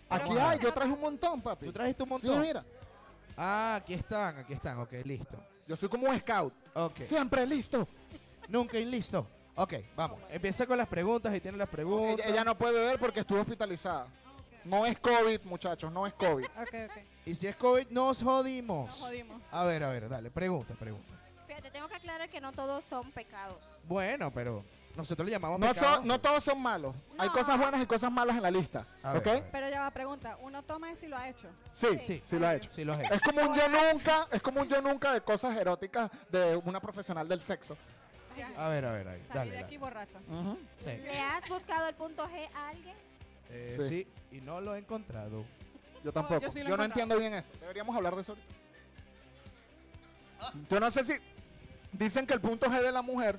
Aquí hay, yo traje un montón, papi.
¿Tú trajiste un
Sí,
montón?
mira.
Ah, aquí están, aquí están. Ok, listo.
Yo soy como un scout.
Ok.
Siempre listo.
Nunca listo. Ok, vamos. Empieza con las preguntas y tiene las preguntas.
Ella, ella no puede beber porque estuvo hospitalizada.
Ah,
No es COVID, muchachos, no es COVID.
Y si es COVID, nos jodimos.
Nos jodimos.
A ver, a ver, dale, pregunta, pregunta.
Fíjate, tengo que aclarar que no todos son pecados.
Bueno, pero nosotros le llamamos
No,
pecado.
son- no todos son malos. Hay cosas buenas y cosas malas en la lista.
A
¿Ok?
ver, a ver.
Pero ya va, pregunta. ¿Uno toma y si lo ha hecho?
Sí, sí, lo ha hecho.
Sí lo has hecho.
Es como un yo nunca, es como un yo nunca de cosas eróticas de una profesional del sexo.
A ver, a ver, ahí.
Salí
Ah, Dale,
de
dale.
aquí borracha.
Ujú.
Sí.
¿Le has buscado el punto G a alguien?
Eh,
Sí.
sí. y no lo he encontrado.
Yo tampoco.
yo sí lo he
yo no
encontrado.
entiendo bien eso. Deberíamos hablar de eso. ahorita. Yo no sé si dicen que el punto G de la mujer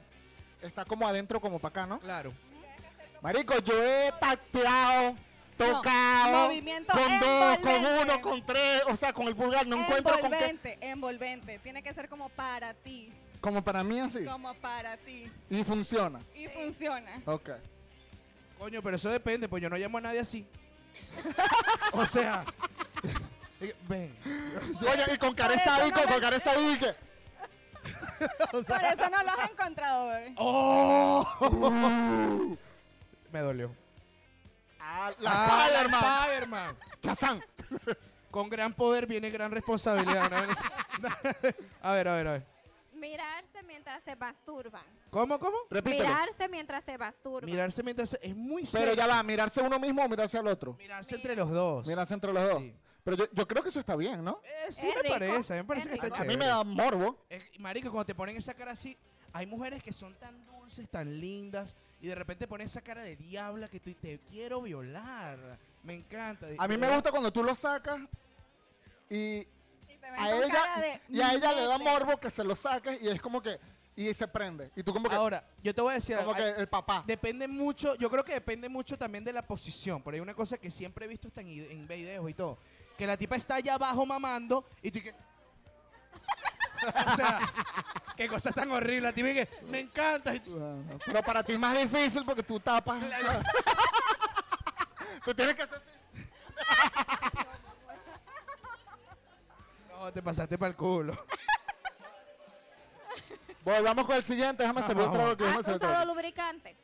está como adentro, como para acá, ¿no?
Claro.
Marico, yo he tacteado, tocado,
movimiento
con dos, con
envolvente.
uno, con tres, o sea, con el pulgar, no encuentro con qué.
envolvente, envolvente. Tiene que ser como para ti.
Como para mí así.
Como para ti.
Y funciona.
Y funciona.
Ok.
Coño, pero eso depende, pues yo no llamo a nadie así. o sea, ven.
Oye, y con cara de sádico, con cara de sádico y que-
Por eso no lo has encontrado, bebé.
¡Oh! Me dolió.
Ah,
Ah,
la Spider-Man.
la Spider-Man.
Chazán.
Con gran poder viene gran responsabilidad. ¿no? a ver, a ver, a ver.
Mirar se, mi- mientras se masturban.
¿Cómo, cómo?
Mirarse mientras se masturban.
Mirarse mientras se- es muy
Pero ya
sexy.
va, mirarse uno mismo o mirarse al otro.
Mirarse entre los dos.
Mirarse entre los dos. Pero yo, yo creo que eso está bien, ¿no?
Eh, sí, me parece, me parece que está
A
chévere.
mí me da morbo.
Es- marico, cuando te ponen esa cara así, hay mujeres que son tan dulces, tan lindas, y de repente ponen esa cara de diabla que tú te quiero violar. Me encanta.
A mí me gusta cuando tú lo sacas y a
con
ella,
cara de,
y a ella le da
"Métele".
morbo que se lo saques y es como que y se prende. Y tú como que
Ahora, yo te voy a decir
como
algo.
que eh, el papá.
Depende mucho, yo creo que depende mucho también de la posición. Por ahí una cosa que siempre he visto hasta en, ide- en videos y todo. Que la tipa está allá abajo mamando y tú y que. o sea, qué cosa tan horrible. La tipa y que me encanta. y tú-
Pero para ti es más difícil porque tú tapas. tú tienes que hacer así.
No, te pasaste para el culo.
Volvamos con el siguiente, déjame servir
Ah, Vamos,
otro que déjame
¿Has
servir
usado
otro.
lubricante?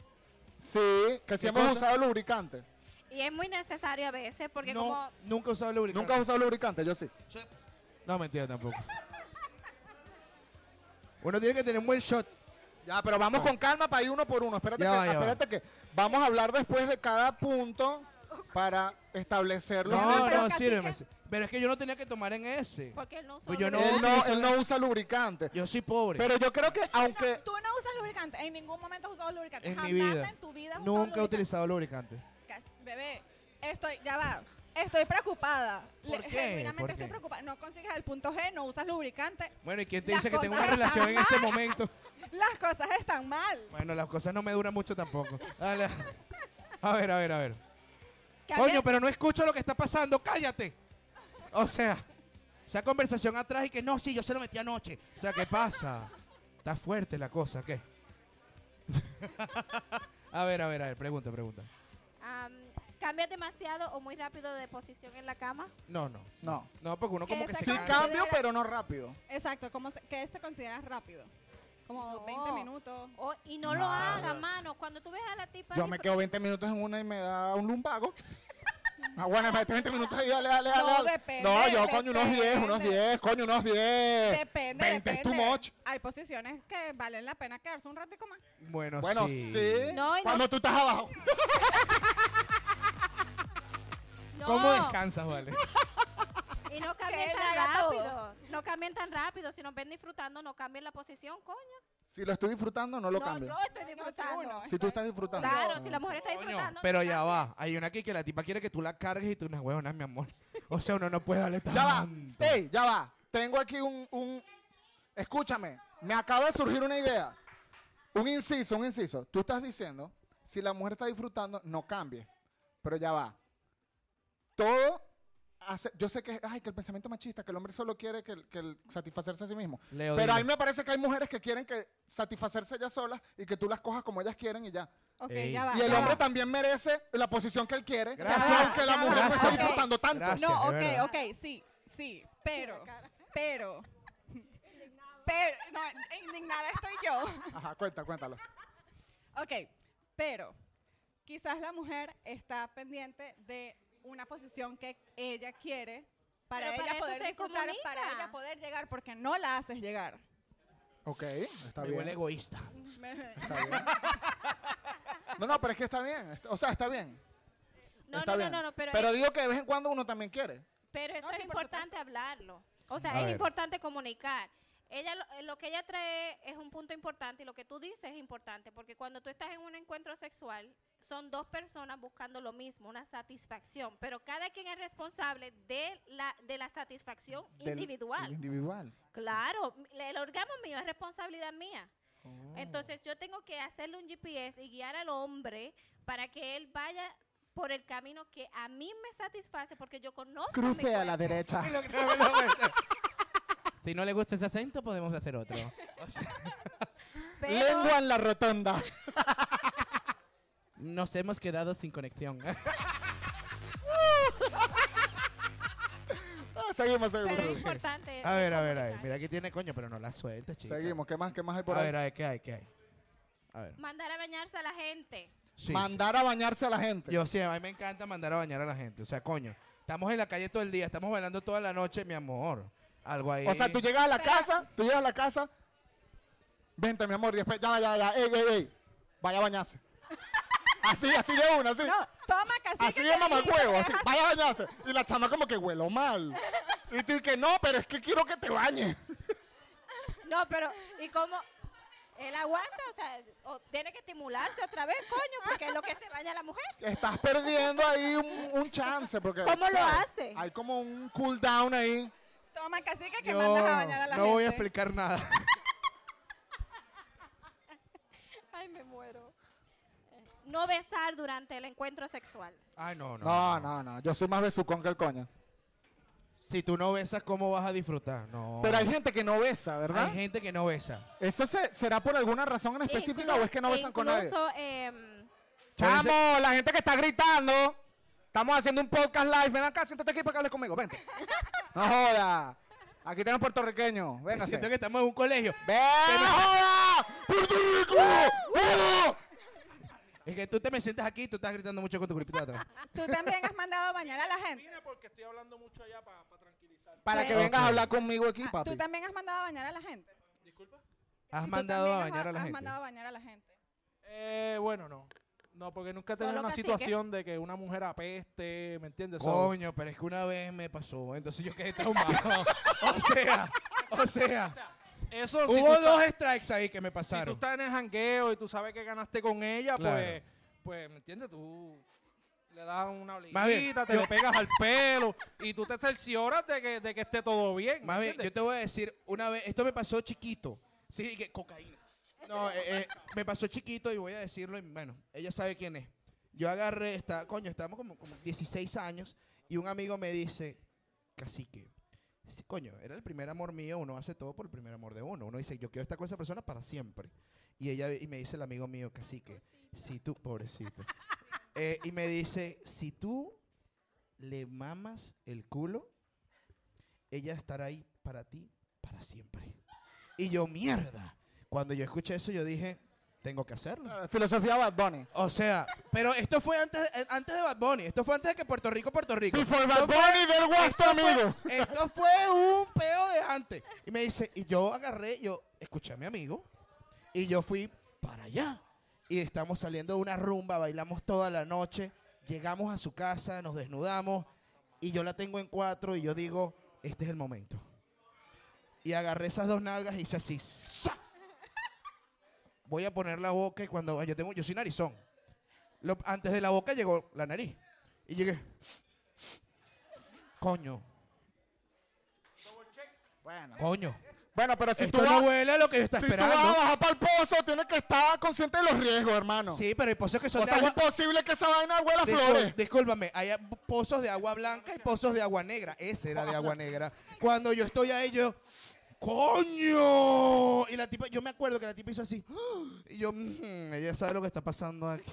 Sí, que si
¿Qué
hemos
cosa?
usado lubricante.
Y es muy necesario a veces porque
No,
como...
nunca he usado lubricante.
Nunca has usado lubricante, yo sí.
No, mentira tampoco. Uno tiene que tener un buen shot.
Ya, pero vamos con calma para ir uno por uno. Espérate,
Ah. Ya
que,
va, ya va.
espérate que vamos a hablar después de cada punto para establecer los
No,
límites.
no, sírveme. Pero es que yo no tenía que tomar en ese.
Porque él no usa
Pues yo no,
él, no,
utilizo-
él no usa lubricante.
Yo soy pobre.
Pero yo creo que aunque
Tú no usas lubricante, en ningún momento has usado lubricante.
en
Jamás
mi vida.
en tu vida has usado
Nunca he
lubricante.
utilizado lubricante.
Cas- Bebé, estoy, ya va. Estoy preocupada.
¿Por qué?
Genuinamente
¿Por
estoy
qué?
preocupada. No consigues el punto G, no usas lubricante.
Bueno, ¿y quién te
Las
dice que tengo una
cosas
relación en este
jamás.
momento?
Las cosas están mal.
Bueno, las cosas no me duran mucho tampoco. Dale. A ver, a ver, a ver.
Que
Coño,
alguien-
pero no escucho lo que está pasando, cállate. O sea, esa conversación atrás y que no, sí, yo se lo metí anoche. O sea, ¿qué pasa? Está fuerte la cosa, ¿qué? a ver, a ver, a ver, pregunta, pregunta.
am, ¿Cambias demasiado o muy rápido de posición en la cama?
No, no.
No.
No, porque uno como que se
sí
cansa.
cambio, pero no rápido.
Exacto, como se- ¿qué se considera rápido? Como 20 minutos.
O- y no lo
No.
haga, mano. Cuando tú ves a la tipa...
Yo
ahí,
me
por-
quedo 20 minutos en una y me da un lumbago. Ah, bueno, me meto 20 minutos ahí, dale, dale, dale.
No,
dale.
depende,
No, yo coño unos 10, unos
depende.
10, coño unos 10.
Depende,
20 Eh, es too
depende.
much.
Hay posiciones que valen la pena quedarse un ratico más.
Bueno,
Bueno,
sí.
sí.
No, y no-
Cuando tú estás abajo.
¿Cómo descansas, vale?
Y no cambien
Que le
tan
haga todo.
rápido. No cambien tan rápido. Si nos ven disfrutando, no cambien la posición, coño.
Si lo estoy disfrutando, no lo cambio.
yo estoy disfrutando.
si tú estás disfrutando.
claro, si la mujer está disfrutando.
Pero ya va. Hay una aquí que la tipa quiere que tú la cargues y tú unas huevonas, mi amor. O sea, uno no puede darle
Ya va. Eh,
tanto.
Ey, ya va. Tengo aquí un, un- Escúchame. Me acaba de surgir una idea. Un inciso, un inciso. Tú estás diciendo, si la mujer está disfrutando, no cambie. Pero ya va. Todo hace... Yo sé que, ay, que el pensamiento machista, que el hombre solo quiere que, el- que el satisfacerse a sí mismo.
Leo,
Pero a mí
dime.
me parece que hay mujeres que quieren que satisfacerse ellas solas y que tú las cojas como ellas quieren y ya.
Ok,
Ey.
ya va.
Y el
ya
hombre
va.
también merece la posición que él quiere.
Gracias.
No es que la
Ya
mujer no
va.
está
Ok.
disfrutando tanto.
Gracias,
no,
de
ok,
verdad.
ok, sí, sí, pero, pero, pero, no, indignada estoy yo.
Ajá, cuenta, cuéntalo.
Ok, pero quizás la mujer está pendiente de una posición que ella quiere para
Pero para
ella
eso
poder
se
disfrutar,
comunica.
para ella poder llegar, porque no la haces llegar.
Ok, está
Me
bien.
huele egoísta.
Está bien. No, no, pero es que está bien. Est- O sea, está bien.
No,
Está
no,
bien.
no, no, no, pero, es-
digo que de vez en cuando uno también quiere.
pero eso
No,
es
sí, por
importante hablarlo. O sea,
A
es
ver.
importante comunicar. Ella lo, eh, lo que ella trae es un punto importante y lo que tú dices es importante porque cuando tú estás en un encuentro sexual son dos personas buscando lo mismo, una satisfacción, pero cada quien es responsable de la de la satisfacción
Del-
individual.
del individual.
Claro, m- el orgasmo mío es responsabilidad mía.
Oh.
Entonces yo tengo que hacerle un GPS y guiar al hombre para que él vaya por el camino que a mí me satisface porque yo conozco. mi
Cruce a
cuerpo.
la derecha.
Si no le gusta este acento, podemos hacer otro.
Pero-
Lengua en la rotonda.
Nos hemos quedado sin conexión.
Ah, seguimos, seguimos.
Pero es
seguimos.
importante.
A ver, a ver, a ver. Mira que tiene coño, pero no la sueltes, chica.
Seguimos. ¿Qué más, qué más hay por
a
ahí?
ver, a ver, ¿qué hay? ¿Qué hay? A ver.
Mandar a bañarse a la gente.
Sí,
Mandar a bañarse a la gente.
Yo sí, a mí me encanta mandar a bañar a la gente. O sea, coño, estamos en la calle todo el día, estamos bailando toda la noche, mi amor. Algo ahí.
O sea, tú llegas a la casa, tú llegas a la casa, Vente, mi amor, y después, ya, ya, ya, ey, ey, ey. Vaya a bañarse. Así, así de una, así.
No, toma, cacique.
Así
que
de mamá
dijiste
huevo,
que
así.
dejas-
Vaya a bañarse. Y la chama como que huelo mal. Y tú y que no, pero es que quiero que te bañes.
No, pero, ¿y cómo? Él aguanta, o sea, o tiene que estimularse otra vez, coño, porque es lo que se baña la mujer.
Estás perdiendo ahí un, un chance. Porque,
¿Cómo lo
¿sabes?
hace?
Hay como un cool down ahí.
Toma, cacique, que
Yo
mandas a bañar a la
no voy a
gente.
explicar nada.
Ay, me muero. No besar durante el encuentro sexual.
Ay, no, no.
No, no, no. Yo soy más besucón que el coño.
Si tú no besas, ¿cómo vas a disfrutar? No.
Pero hay gente que no besa, ¿verdad?
Hay gente que no besa.
¿Eso se- será por alguna razón en específica o es que no besan con nadie?
Incluso, em,
Chamo, la gente que está gritando. Estamos haciendo un podcast live. Ven acá, siéntate aquí para que hables conmigo. Vente. No joda. Aquí tenemos puertorriqueños. Ven,
Siento que estamos en un colegio.
¡Ven! joda! ¡Puerto Rico! ¡Joda!
Es que tú te me sientas aquí y tú estás gritando mucho con tu grupito de atrás.
Tú también has mandado a bañar a la gente.
porque estoy hablando mucho allá para tranquilizar.
Para que
Ok.
vengas a hablar conmigo aquí,
Ah,
papi.
Tú también has mandado a bañar a la gente.
Disculpa.
Has
Tú
mandado a
también has-
bañar a la
has
gente.
mandado a bañar a la gente.
Eh, bueno, no. No, porque nunca he tenido
Solo
una
cacique.
situación de que una mujer apeste, ¿me entiendes? So,
Coño, pero es que una vez me pasó, entonces yo quedé traumado. o sea, o sea,
Eso si tú
hubo
estás-
dos strikes ahí que me
Si tú
pasaron.
estás en el jangueo y tú sabes que ganaste con ella,
Claro.
pues, pues, ¿me entiendes? Tú le das una
Más bien,
olivita, te
yo-
le pegas al pelo y tú te cercioras de que, de que esté todo bien. ¿me
Más bien,
entiendes?
yo te voy a decir, una vez, esto me pasó chiquito. Sí, que cocaína. No, eh, eh, me pasó chiquito y voy a decirlo, y bueno, ella sabe quién es. Yo agarré, está, coño, estábamos como, como 16 años y un amigo me dice, cacique, sí, coño, era el primer amor mío, uno hace todo por el primer amor de uno. Uno dice, yo quiero estar con esa persona para siempre. Y ella y me dice el amigo mío, cacique, si tú, pobrecito. Eh, y me dice, si tú le mamas el culo, ella estará ahí para ti para siempre. Y yo, mierda. Cuando yo escuché eso, yo dije, tengo que hacerlo.
Filosofía Bad Bunny.
O sea, pero esto fue antes, eh, antes de Bad Bunny. Esto fue antes de que Puerto Rico, Puerto Rico.
Before Bad
Esto fue-
Bunny, there was
esto
tu
fue-
amigo.
Esto fue un peo de antes. Y me dice, y yo agarré, yo escuché a mi amigo y yo fui para allá. Y estamos saliendo de una rumba, bailamos toda la noche, llegamos a su casa, nos desnudamos y yo la tengo en cuatro y yo digo, este es el momento. Y agarré esas dos nalgas y hice así. ¡za! Voy a poner la boca y cuando yo tengo, yo soy narizón. Lo- antes de la boca llegó la nariz. Y llegué. Coño,
Bueno.
coño.
Bueno, pero si
Esto
tú
no
vas-
huele a lo que yo estaba
si
esperando.
tú vas a bajar para el pozo, tienes que estar consciente de los riesgos, hermano.
Sí, pero hay pozos que son
o
de
sea,
agua.
es imposible que esa vaina huela a
Discul-
flores.
Discúlpame, hay a- pozos de agua blanca y pozos de agua negra. Ese era de agua negra. Cuando yo estoy ahí, yo. ¡Coño! Y la tipa, yo me acuerdo que la tipa hizo así. Y yo, "Mm, ella sabe lo que está pasando aquí.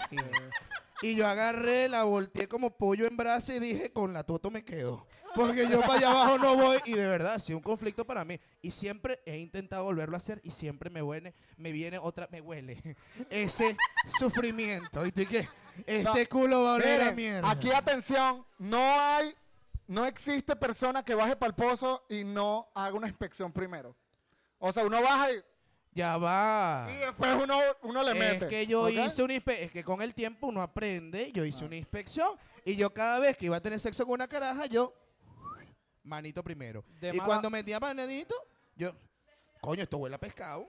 Y yo agarré, la volteé como pollo en brasa y dije, con la toto me quedo. Porque yo para allá abajo no voy. Y de verdad, ha sido un conflicto para mí. Y siempre he intentado volverlo a hacer y siempre me huele, me viene otra, me huele ese sufrimiento. ¿Y tú qué? Este
No,
culo va a oler a
miren,
mierda.
Aquí atención, no hay, no existe persona que baje para el pozo y no haga una inspección primero. O sea, uno baja y,
Ya va.
y después uno, uno le mete.
Ah. Es que yo
¿ok? Ah.
hice una inspección. Es que con el tiempo uno aprende. Yo hice una inspección. Y yo cada vez que iba a tener sexo con una caraja, yo. Manito primero.
De
y
mala-
cuando metía manito, yo. Coño, esto huele a pescado.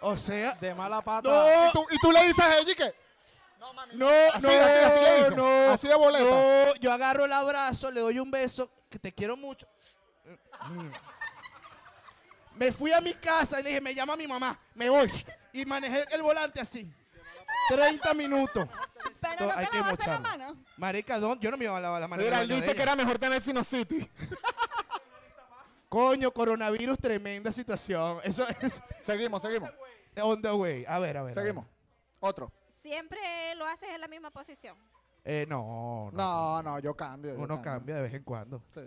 O sea.
De mala pata.
No,
¿Y, tú, y tú le dices a ella que
no,
Así,
no,
así, así le dicen.
no.
Así de boleta.
no. yo agarro el abrazo, le doy un beso, que te quiero mucho. Mm. Me fui a mi casa y le dije, me llama mi mamá, me voy. Y manejé el volante así. 30 minutos.
Pero no
Hay
te
que
lavaste
mocharlo.
la mano.
Marica, ¿dónde? yo no me iba a lavar la mano. en el
Mira, él
baño de
dice
ella.
que era mejor tener City.
Coño, coronavirus, tremenda situación. Eso es
Seguimos, seguimos.
on the way. A ver, a ver. a ver.
Seguimos. Otro.
Siempre lo haces en la misma posición.
Eh, no,
No,
no.
no, yo cambio. yo
Uno
cambio.
cambia de vez en cuando.
Sí.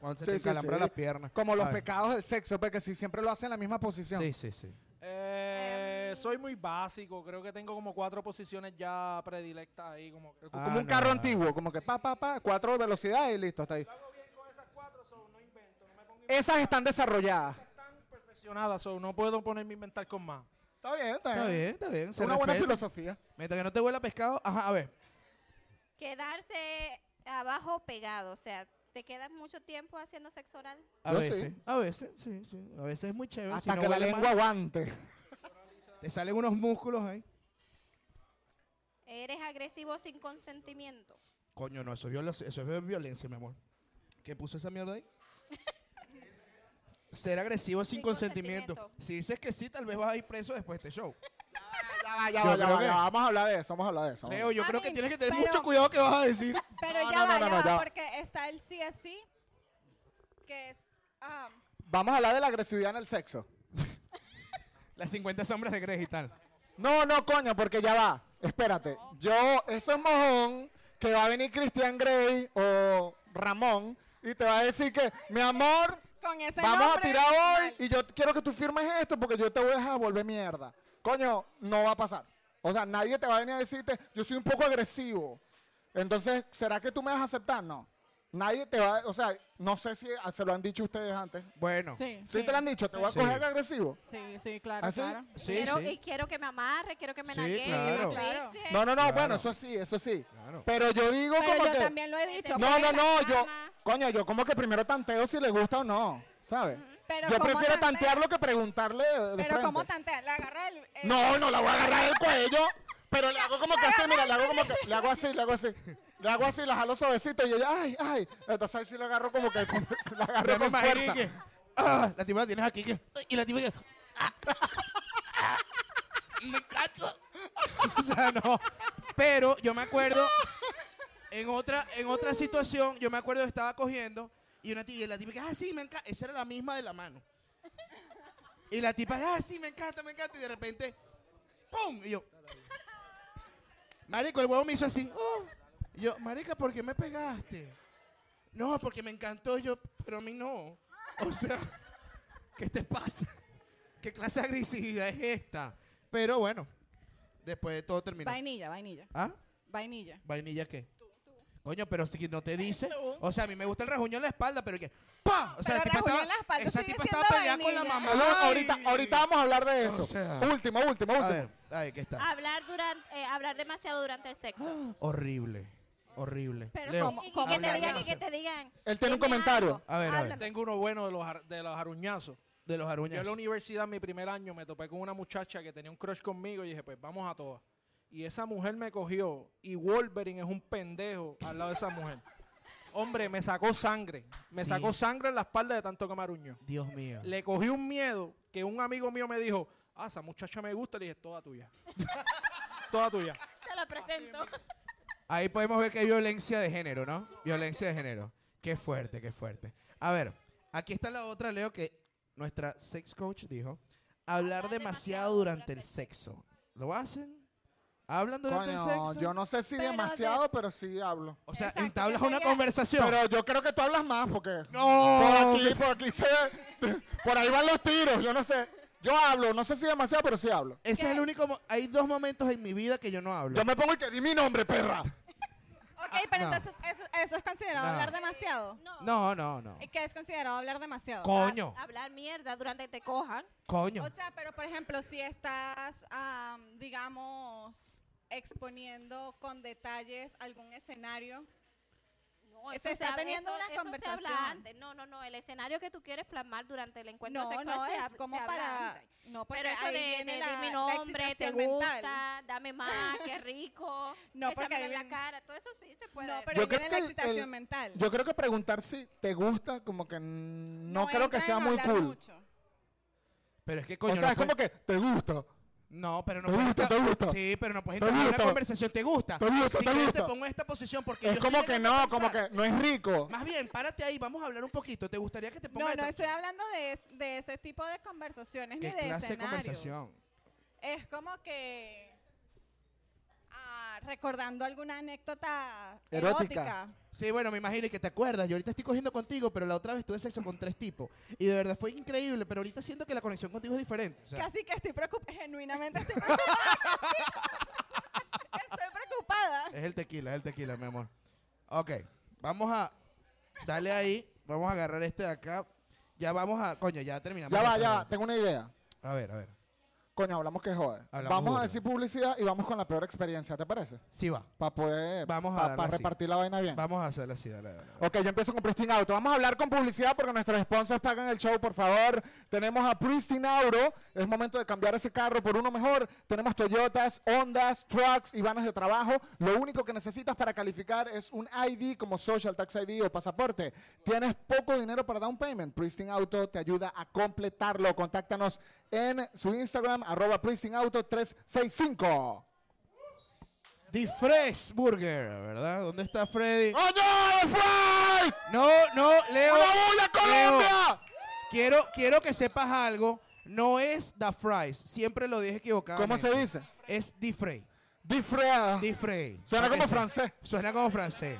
Cuando se
Sí,
te
sí, sí.
encalambra la pierna.
Como los
A ver.
pecados del sexo, porque si siempre lo hacen en la misma posición.
Sí, sí, sí.
Eh,
Em.
soy muy básico, creo que tengo como cuatro posiciones ya predilectas ahí. Como que,
Ah,
Como un carro antiguo, como que pa, pa, pa, cuatro velocidades y listo, hasta ahí. Esas están desarrolladas.
perfeccionada, so, no puedo ponerme a inventar con más.
Está bien, está bien.
Está bien, está bien. se
Una buena
respeta.
filosofía.
Mientras que no te huela pescado, ajá, a ver.
Quedarse abajo pegado, o sea, te quedas mucho tiempo haciendo sexo oral.
A
Yo
veces,
sí.
a veces, sí, sí. A veces es muy chévere. si
Hasta
no
que la
huele
lengua
mal,
aguante.
Te salen unos músculos ahí.
Eres agresivo sin consentimiento.
Coño, no, eso, es viola- eso es violencia, mi amor. ¿Qué puso esa mierda ahí? Ser agresivo sin,
Sin
consentimiento.
consentimiento.
Si dices que sí, tal vez vas a ir preso después de este show.
Ya va, ya
Yo
va, ya
creo
va,
que-
ya va. Vamos a hablar de eso, vamos a hablar de eso.
Leo, yo creo que
Mami,
tienes que tener
pero-
mucho cuidado que vas a decir.
Pero
No,
ya
no,
va,
no,
ya
no,
va,
ya va.
porque está el sí así, que es... ah,
Vamos a hablar de la agresividad en el sexo.
Las 50 sombras de Grey y tal.
No, no, coño, porque ya va. Espérate. Yo, eso es mojón, que va a venir Christian Grey o Ramón y te va a decir que, mi amor,
Con ese
vamos
nombre,
a tirar hoy
mal.
y yo quiero que tú firmes esto porque yo te voy a dejar volver mierda. Coño, no va a pasar. O sea, nadie te va a venir a decirte, yo soy un poco agresivo. Entonces, ¿será que tú me vas a aceptar? No. Nadie te va, o sea, no sé si se lo han dicho ustedes antes.
Bueno.
Sí,
Sí,
te lo han dicho, te voy a
Sí.
coger agresivo.
Sí, sí, claro,
¿Ah, sí?
claro.
Sí,
quiero,
sí.
Y quiero que me amarre, quiero que me
Sí,
naguee, que
claro.
me
Claro.
asfixie.
No, no, no,
Claro.
bueno, eso sí, eso sí. Pero yo digo
Pero
como
yo
que...
también lo he dicho.
No, no,
pero-
no, yo, coño, yo como que primero tanteo si le gusta o no, ¿sabes?
Pero
yo
¿cómo
prefiero
tantea?
tantearlo que preguntarle eh, de
Pero ¿cómo
frente.
tantea? Le agarra el... el-
No, no, la voy a agarrar del cuello, pero le hago como que así, mira, le hago como que, le hago así, le hago así. Le hago así, la jalo suavecito y ella, ay, ay. Entonces ahí sí le agarro como que, con- la agarro
Ya me
con
imaginé
fuerza.
que. ah, la tipa la tienes aquí que. Y la tipa que. ah, ah, me cacho. o sea, no. Pero yo me acuerdo. En otra, en otra situación, yo me acuerdo que estaba cogiendo. Y una tía, y la tipa que, ah, sí, me encanta. Esa era la misma de la mano. Y la tipa, ah, sí, me encanta, me encanta. Y de repente, ¡pum! Y yo. Marico, el huevo me hizo así. "Oh". Y yo, Marica, ¿por qué me pegaste? No, porque me encantó yo, pero a mí no. O sea, ¿qué te pasa? ¿Qué clase de agresividad es esta? Pero bueno, después de todo terminó.
Vainilla, vainilla.
¿Ah?
Vainilla.
¿Vainilla qué? Coño, pero si no te dice. O sea, a mí me gusta el rajuño en la espalda, pero que. ¡Pam! O sea,
Pero
el tipo
rajuño en
estaba,
la espalda
esa
sigue
tipa
siendo
estaba peleada con la
vainilla.
mamá.
Hablamos-
Ay.
ahorita, ahorita vamos a hablar de eso.
O sea.
último, último, último.
A ver, ahí que está.
Hablar, durante, eh, hablar demasiado durante el sexo.
Horrible. Horrible.
Pero
Leo,
como- Y- y que te
hablar
digan,
de
y que
los-
te digan.
Él tiene un comentario.
A ver, a ver.
Tengo uno bueno de los, ar- de los aruñazos.
De los
Yo en la
aruñas.
universidad, mi primer año, me topé con una muchacha que tenía un crush conmigo y dije, pues vamos a todas. Y esa mujer me cogió y Wolverine es un pendejo al lado de esa mujer. Hombre, me sacó sangre. Me
Sí.
sacó sangre en la espalda de tanto que me aruñó.
Dios mío.
Le cogí un miedo que un amigo mío me dijo, ah, esa muchacha me gusta. Le dije, toda tuya. toda tuya.
Te lo presento.
Ahí podemos ver que hay violencia de género, ¿no? Violencia de género. Qué fuerte, qué fuerte. A ver, aquí está la otra, Leo, que nuestra sex coach dijo. Hablar demasiado durante el sexo. ¿Lo hacen? ¿Hablan durante el
Coño,
sexo?
yo no sé si
Pero
demasiado, pero sí hablo.
O sea, entablas una conversación.
Pero yo creo que tú hablas más porque...
¡No!
Por aquí, por aquí se... Por ahí van los tiros, yo no sé. Yo hablo, no sé si demasiado, pero sí hablo.
Ese es el único... mo- Hay dos momentos en mi vida que yo no hablo.
Yo me pongo y que di mi nombre, perra.
Ok,
Ah,
pero
no.
entonces eso, eso es considerado
No.
hablar
Eh,
demasiado.
No, no, no.
¿Y qué es considerado hablar demasiado?
Coño.
Hablar mierda durante que te cojan.
Coño.
Ah, O sea, pero por ejemplo, si estás, am, digamos, exponiendo con detalles algún escenario.
No,
Se
eso
está
habla-
teniendo una
eso Se
conversación.
habla antes. No, no, no. El escenario que tú quieres plasmar durante el encuentro
No,
sexual
no,
se
es
hab-
como
se habla
para-
antes.
no, porque
Pero eso
ahí
de,
viene
de
la-
dime
la
nombre, te
excitación mental.
gusta, dame más, qué rico,
No,
no,
porque ahí
échamelo en la
viene-
cara, todo eso sí se puede.
No,
decir.
pero ahí
creo
viene
que
la
el-
excitación
el-
mental.
Yo creo que preguntar si te gusta, como que n- no, creo que
entra
sea
en
muy
hablar
cool.
mucho.
Pero es que coño...
o sea,
no
es como
puede-
que te gusta.
No, pero no
¿Te
puedes
gusta,
entrar-
te gusta?
Sí, pero no puedes
¿Te
entrar en una
gusta?
conversación. ¿Te gusta?
¿Te gusta,
Si
te
quieres,
gusta?
te pongo en esta posición porque
Es
yo estoy
como que
llegando a
no, como
pensar.
que no es rico.
Más bien, párate ahí, vamos a hablar un poquito. ¿Te gustaría que te ponga
No, no
esta-
estoy hablando de, es- de ese tipo de conversaciones
¿Qué
ni de
clase de
escenarios.
conversación?
Es como que ah, recordando alguna anécdota erótica.
Sí, bueno, me imagino y que te acuerdas. Yo ahorita estoy cogiendo contigo, pero la otra vez tuve sexo con tres tipos. Y de verdad fue increíble, pero ahorita siento que la conexión contigo es diferente. O sea,
Casi que estoy preocupada, genuinamente estoy preocupada. estoy preocupada.
Es el tequila, es el tequila, mi amor. Ok, vamos a darle ahí. Vamos a agarrar este de acá. Ya vamos a... Coño, ya terminamos.
Ya va,
esta
ya
vaina.
va, tengo una idea.
A ver, a ver.
Coño, hablamos que jode.
Hablamos
vamos
burda.
a decir publicidad y vamos con la peor experiencia, ¿te parece?
Sí, va.
Para poder.
Vamos a
pa-
darle
pa
así.
repartir la vaina bien.
Vamos a hacerla así, dale, dale.
Ok, yo empiezo con Pristine Auto. Vamos a hablar con publicidad porque nuestros sponsors pagan el show, por favor. Tenemos a Pristine Auto. Es momento de cambiar ese carro por uno mejor. Tenemos Toyotas, Hondas, Trucks y vanas de trabajo. Lo único que necesitas para calificar es un ID como Social Tax ID o pasaporte. Tienes poco dinero para down payment. Pristine Auto te ayuda a completarlo. Contáctanos en su Instagram, arroba Pristine Auto 365.
The Fresh Burger, ¿verdad? ¿Dónde está Freddy?
¡Oh, no! ¡Fresh!
No, no, Leo.
¡Una bulla, Colombia!
Leo, quiero, quiero que sepas algo. No es The Fries. Siempre lo dije equivocado.
¿Cómo se dice?
Es The Fry.
The Fry.
The Fry.
Suena
Para que
como
se-
francés.
Suena como francés.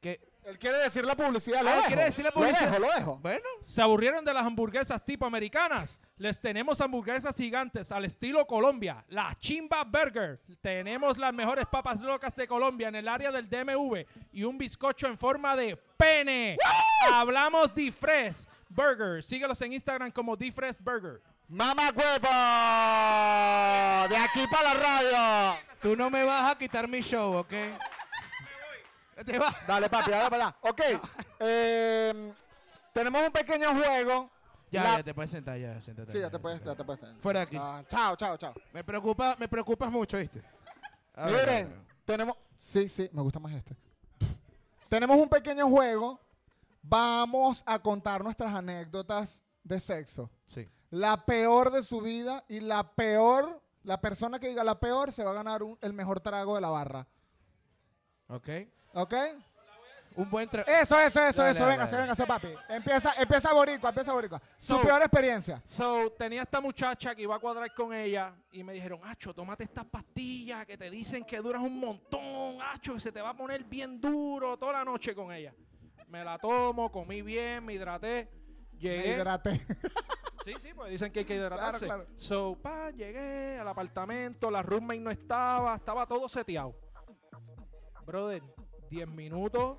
Que
Él quiere decir la publicidad.
lo
Ah,
dejo.
quiere decir la publicidad.
Lo dejo, lo dejo.
Bueno.
¿Se aburrieron de las hamburguesas tipo americanas? Les tenemos hamburguesas gigantes al estilo Colombia, la Chimba Burger. Tenemos las mejores papas locas de Colombia en el área del DMV y un bizcocho en forma de pene. Hablamos de Fresh Burger. Síguelos en Instagram como The Fresh Burger.
¡Mamá huevo! ¡De aquí para la radio!
Tú no me vas a quitar mi show, ¿ok? Te vas.
Dale, papi, dale para allá. Ok. eh, tenemos un pequeño juego.
Ya,
La-
ya te puedes sentar, ya, siéntate.
Sí, ya te puedes, ya te puedes.
Fuera de aquí.
Ah, chao, chao, chao.
Me preocupa, me preocupas mucho, ¿viste? A ver, a ver, a ver.
Miren, tenemos. Sí, sí, me gusta más este. tenemos un pequeño juego. Vamos a contar nuestras anécdotas de sexo.
Sí.
La peor de su vida y la peor, la persona que diga la peor se va a ganar un- el mejor trago de la barra.
Ok.
¿Ok?
Un buen
Eh,
trago.
Eso, eso, eso,
Dale,
eso.
dale,
véngase,
dale.
véngase, papi. Empieza, empieza Boricua, empieza Boricua. Su
So-
peor experiencia.
So, tenía esta muchacha que iba a cuadrar con ella y me dijeron, Acho, tómate estas pastillas que te dicen que duras un montón, Acho, que se te va a poner bien duro toda la noche con ella. Me la tomo, comí bien, me hidraté, llegué.
Me hidraté.
Sí, sí, pues dicen que hay que hidratarse.
Claro,
So, pa, llegué al apartamento, la roommate no estaba, estaba todo seteado. Brother, 10 minutos,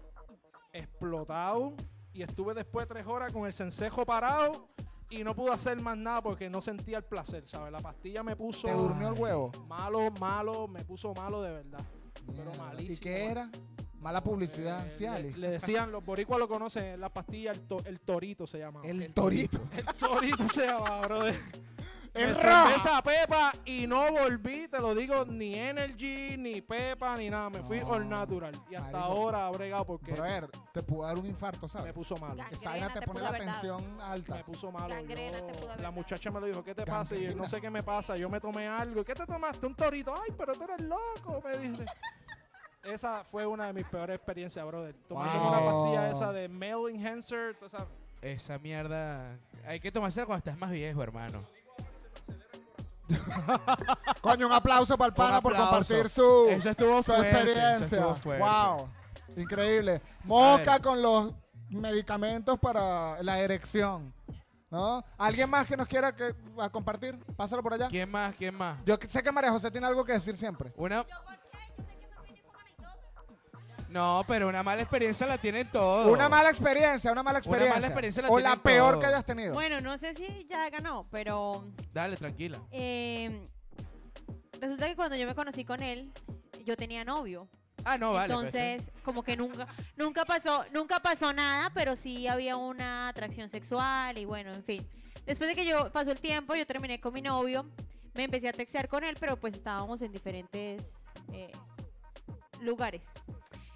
explotado, y estuve después de 3 horas con el sensejo parado y no pude hacer más nada porque no sentía el placer, ¿sabes? La pastilla me puso...
Te durmió el huevo.
Malo, malo, me puso malo de verdad. Pero malísimo. Eh,
¿Y qué era? Mala publicidad. Sí, Ale.
Le, le decían, los boricuas lo conocen, la pastilla, el, to- el torito se llama.
El torito.
El torito se llama, brother.
El
Me
rojo.
solté esa pepa y no volví, te lo digo, ni energy, ni pepa, ni nada. Me fui all natural. Y hasta
marico.
ahora ha bregado porque
Brother, te pudo dar un infarto, ¿sabes?
me puso malo.
Esa vaina te pone la tensión alta.
Me puso malo. yo- la muchacha me lo dijo, ¿qué te pasa? Y yo, no
Gangrena.
sé qué me pasa. Yo me tomé algo. ¿Qué te tomaste? Un torito. Ay, pero tú eres loco, me dice. Esa fue una de mis peores experiencias, brother. Tomando
Wow.
una pastilla esa de male enhancer, tú sabes.
Esa mierda. Hay que tomársela cuando estás más viejo, hermano.
Coño, un aplauso para el pana
Un
por
aplauso.
compartir su,
Eso estuvo
su
fuerte, eso
experiencia.
estuvo fuerte.
wow. Increíble.
A
Mosca
ver.
con los medicamentos para la erección. ¿No? ¿Alguien más que nos quiera que, a compartir? Pásalo por allá.
¿Quién más? ¿Quién más?
Yo que- sé que María José tiene algo que decir siempre.
Una. No, pero una mala experiencia la tienen todos.
Una mala experiencia, una mala experiencia.
mala experiencia la
o la
tienen
peor
todos.
que hayas tenido.
Bueno, no sé si ya ganó, pero
Dale, tranquila.
eh, resulta que cuando yo me conocí con él, yo tenía novio.
Ah, no, vale, pero
Entonces, como que nunca, nunca pasó, nunca pasó nada, pero sí había una atracción sexual y bueno, en fin. Después de que yo pasó el tiempo, yo terminé con mi novio, me empecé a textear con él, pero pues estábamos en diferentes eh, lugares.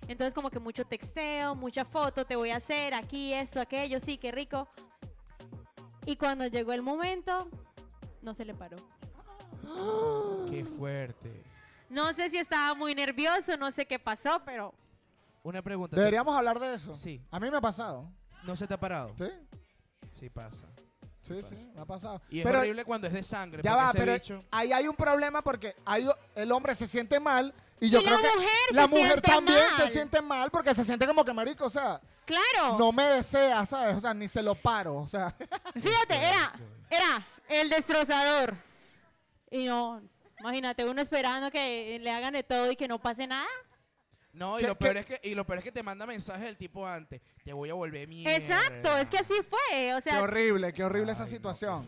Entonces, como que mucho texteo, mucha foto, te voy a hacer aquí, esto, aquello, sí, qué rico. Y cuando llegó el momento, no se le paró.
Qué fuerte.
No sé si estaba muy nervioso, no sé qué pasó, pero
Una pregunta.
Deberíamos hablar de eso.
Sí.
A mí me ha pasado.
¿No se te ha parado?
Sí.
Sí pasa.
Sí, sí, me ha pasado.
Y es
Pero-
horrible cuando es de sangre.
Ya
porque
va,
ese
pero
bicho-
ahí hay un problema porque hay, o- el hombre se siente mal y yo
Y la
creo que
mujer se
la mujer
siente
también
mal.
se siente mal porque se siente como que marico, o sea,
claro.
no me desea, ¿sabes? O sea, ni se lo paro, o sea.
Fíjate, era, era el destrozador. Y no, imagínate, uno esperando que le hagan de todo y que no pase nada.
No, y
¿Qué-
lo, peor
qué?
es que, y lo peor es que te manda mensajes del tipo antes. Te voy a volver mierda.
Exacto, es que así fue. O sea,
qué horrible, qué horrible esa situación.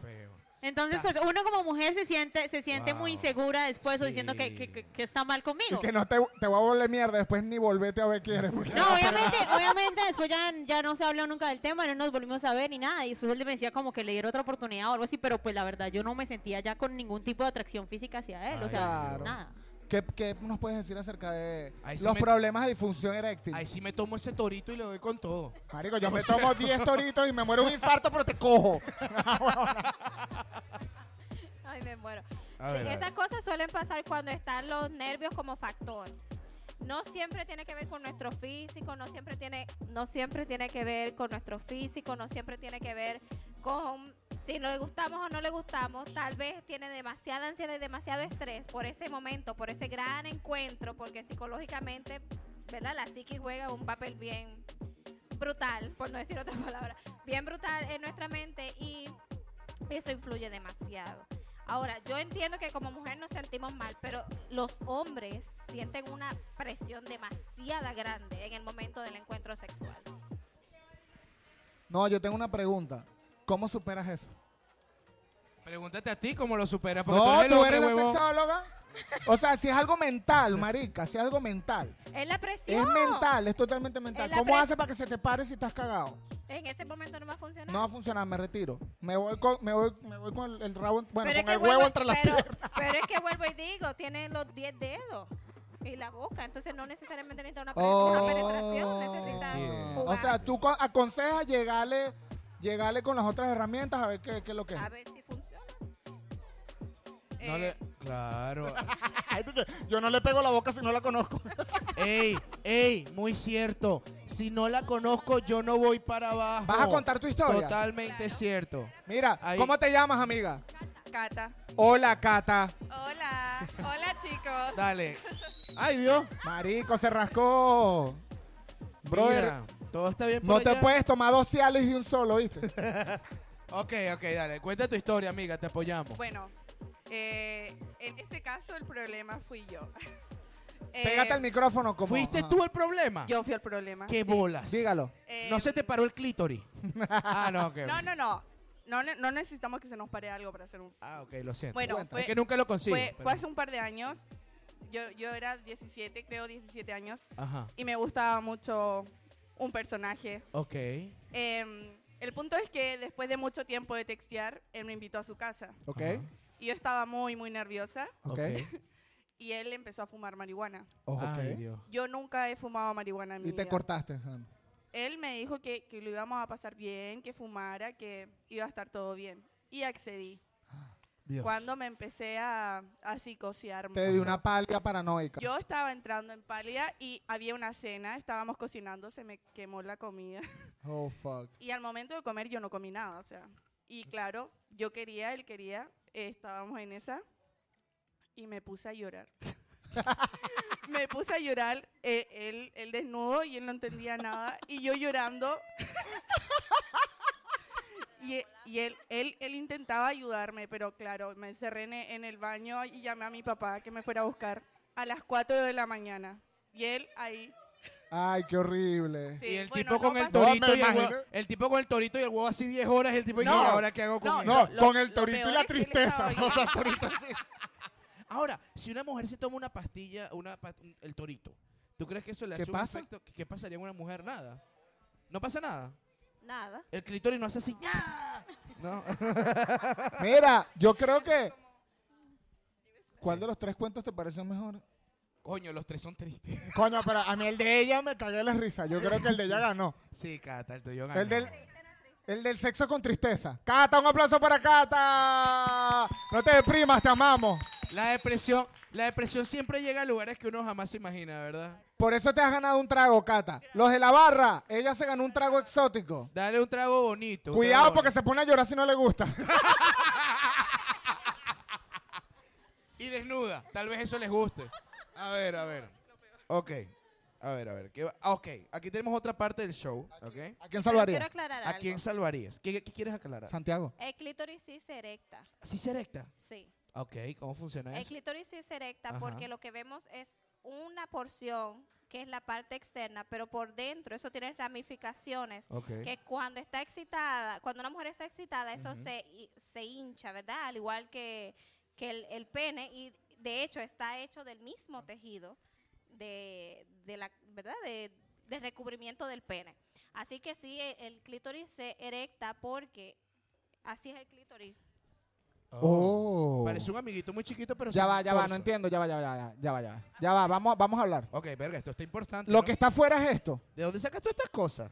Entonces, pues uno como mujer se siente, se siente muy
Wow.
insegura después o diciendo que, que- que- que está mal
Y
conmigo.
que no te, te voy a volver mierda, después ni volvete a ver quién eres. porque-
No, obviamente, obviamente después ya, ya no se habló nunca del tema, no nos volvimos a ver ni nada. Y después él me decía como que le diera otra oportunidad o algo así, pero pues la verdad yo no me sentía ya con ningún tipo de atracción física hacia él. o
Ay,
sea,
claro.
nada.
¿Qué, qué nos puedes decir acerca de
Ahí sí
los
me-
problemas de disfunción eréctil?
Ahí sí me tomo ese torito y le doy con todo.
Marico, yo me tomo 10 toritos y me muero un infarto, pero te cojo.
Ay, me muero.
A
Sí,
ver, a
esas
ver.
cosas suelen pasar cuando están los nervios como factor. No siempre tiene que ver con nuestro físico, no siempre tiene, no siempre tiene que ver con nuestro físico, no siempre tiene que ver con si le gustamos o no le gustamos. Tal vez tiene demasiada ansiedad y demasiado estrés por ese momento, por ese gran encuentro, porque psicológicamente, ¿verdad? La psiqui juega un papel bien brutal, por no decir otra palabra, bien brutal en nuestra mente y eso influye demasiado. Ahora, yo entiendo que como mujer nos sentimos mal, pero los hombres sienten una presión demasiada grande en el momento del encuentro sexual.
No, yo tengo una pregunta. ¿Cómo superas eso?
Pregúntate a ti cómo lo supera. Porque
No,
el
tú
hombre,
eres la
huevón.
sexóloga. O sea, si es algo mental, marica, si es algo mental.
Es la presión.
Es mental, es totalmente mental.
Es la
¿Cómo
pres-
haces para que se te pare si estás cagado?
En este momento no va a funcionar.
No va a funcionar, me retiro. Me voy con, me voy, me voy con el, el rabo, en- bueno,
Pero
con
es que
el huevo
vuelvo-
entre las
pero,
piernas.
pero es que vuelvo y digo, tiene los 10 dedos y la boca, entonces no necesariamente necesita una, pe- una penetración, necesita
Oh, O
jugar.
sea, tú co- aconsejas llegarle, llegarle con las otras herramientas a ver qué, qué es lo que es.
a ver si funciona.
No
Eh.
le- Claro.
Yo no le pego la boca si no la conozco.
ey, ey, muy cierto. Si no la conozco, yo no voy para abajo.
¿Vas a contar tu historia?
Totalmente cierto.
Mira, ¿cómo te llamas, amiga?
Cata.
Hola, Cata.
Hola. Hola, chicos.
Dale.
Ay, Dios. Marico, se rascó. Brother.
Mira, todo está bien por
No te
allá?
puedes tomar dos ciales y un solo, ¿viste?
Ok, ok, dale. Cuenta tu historia, amiga. Te apoyamos.
Bueno, eh, en este caso el problema fui yo. Eh,
Pégate al micrófono como.
¿Fuiste tú el problema?
Yo fui el problema.
¿Qué
sí.
bolas?
Dígalo.
Eh,
¿No se te paró el clítoris? ah, no, ok.
No, no, no. No, ne- no necesitamos que se nos pare algo para hacer un...
Ah, ok, lo siento.
Bueno,
Cuenta.
fue,
es que nunca lo consigo.
Fue,
pero-
fue hace un par de años. Yo, yo era 17, creo 17 años.
Ajá.
Y me gustaba mucho un personaje.
Ok.
Em, el punto es que después de mucho tiempo de textear, él me invitó a su casa.
Ok.
Y yo estaba muy, muy nerviosa.
Ok.
Y él empezó a fumar marihuana.
Oh, Ok.
Ay, Dios.
Yo nunca he fumado marihuana en mi
Y te
vida.
cortaste.
Él me dijo que, que lo íbamos a pasar bien, que fumara, que iba a estar todo bien. Y accedí.
Dios.
Cuando me empecé a, a psicosear
Te di
mucho.
una pálida paranoica.
Mm. Yo estaba entrando en pálida y había una cena, estábamos cocinando, se me quemó la comida.
Oh, fuck.
Y al momento de comer yo no comí nada, o sea. Y claro, yo quería, él quería, eh, estábamos en esa y me puse a llorar. me puse a llorar, eh, él, él desnudo y él no entendía nada y yo llorando. y e- y él, él, él intentaba ayudarme, pero claro, me encerré en, e- en el baño y llamé a mi papá que me fuera a buscar a las 4 de la mañana. Y él ahí
Ay, qué horrible.
Sí,
y el
bueno,
tipo con
no
el
pasó. No,
torito
me
y el, huevo,
imagino.
el tipo con el torito y el huevo así 10 horas y el tipo
No,
y ahora qué hago con
no,
él?"
no, lo-
con el
lo
torito y
peor
la
es que él estaba
tristeza. O sea, el
llorando.
torito así.
Ahora, si una mujer se toma una pastilla, una pa- un- el torito, ¿tú crees que eso le
¿Qué
hace un
pasa?
efecto? ¿Qué- ¿Qué pasaría a una mujer? Nada. No pasa nada.
Nada.
El clítoris no hace así. ¡ya! No.
Mira, yo creo que. ¿Cuál de los tres cuentos te pareció mejor?
Coño, los tres son tristes.
Coño, pero a mí el de ella me cagué la risa. Yo creo que el de ella ganó.
Sí, Cata, el tuyo ganó.
El del, el del sexo con tristeza. Cata, un aplauso para Cata. No te deprimas, te amamos.
La depresión, la depresión siempre llega a lugares que uno jamás se imagina, ¿verdad?
Por eso te has ganado un trago, Cata. Los de la barra, ella se ganó un trago exótico.
Dale un trago bonito. un
Cuidado
trago
porque se pone a llorar si no le gusta.
bonito. Y desnuda. Tal vez eso les guste. A ver, a ver. Ok. A ver, a ver. ¿qué va? Ah, Ok, aquí tenemos otra parte del show. ok.
¿A quién salvarías?
Pero quiero aclarar
¿A quién
algo.
salvarías? ¿Qué, qué quieres aclarar?
Santiago.
El clítoris sí se erecta.
¿Sí se erecta?
Sí.
Ok, ¿cómo funciona
El
eso?
clítoris sí se erecta
Ajá.
porque lo que vemos es una porción que es la parte externa, pero por dentro eso tiene ramificaciones
Ok.
que cuando está excitada, cuando una mujer está excitada, eso
Ujú.
se, hi- se hincha, ¿verdad? Al igual que, que el, el pene y de hecho está hecho del mismo tejido de, de la, ¿verdad? De, de recubrimiento del pene. Así que sí, e- el clítoris se erecta porque así es el clítoris.
Oh. Parece un amiguito muy chiquito, pero
Ya
sin
va, ya va,
torso.
no entiendo, ya va, ya va, ya va, ya va, ya va. Ya va, vamos, vamos a hablar.
Ok, verga, esto está importante.
Lo
¿no?
que está afuera es esto.
¿De dónde sacas tú estas cosas?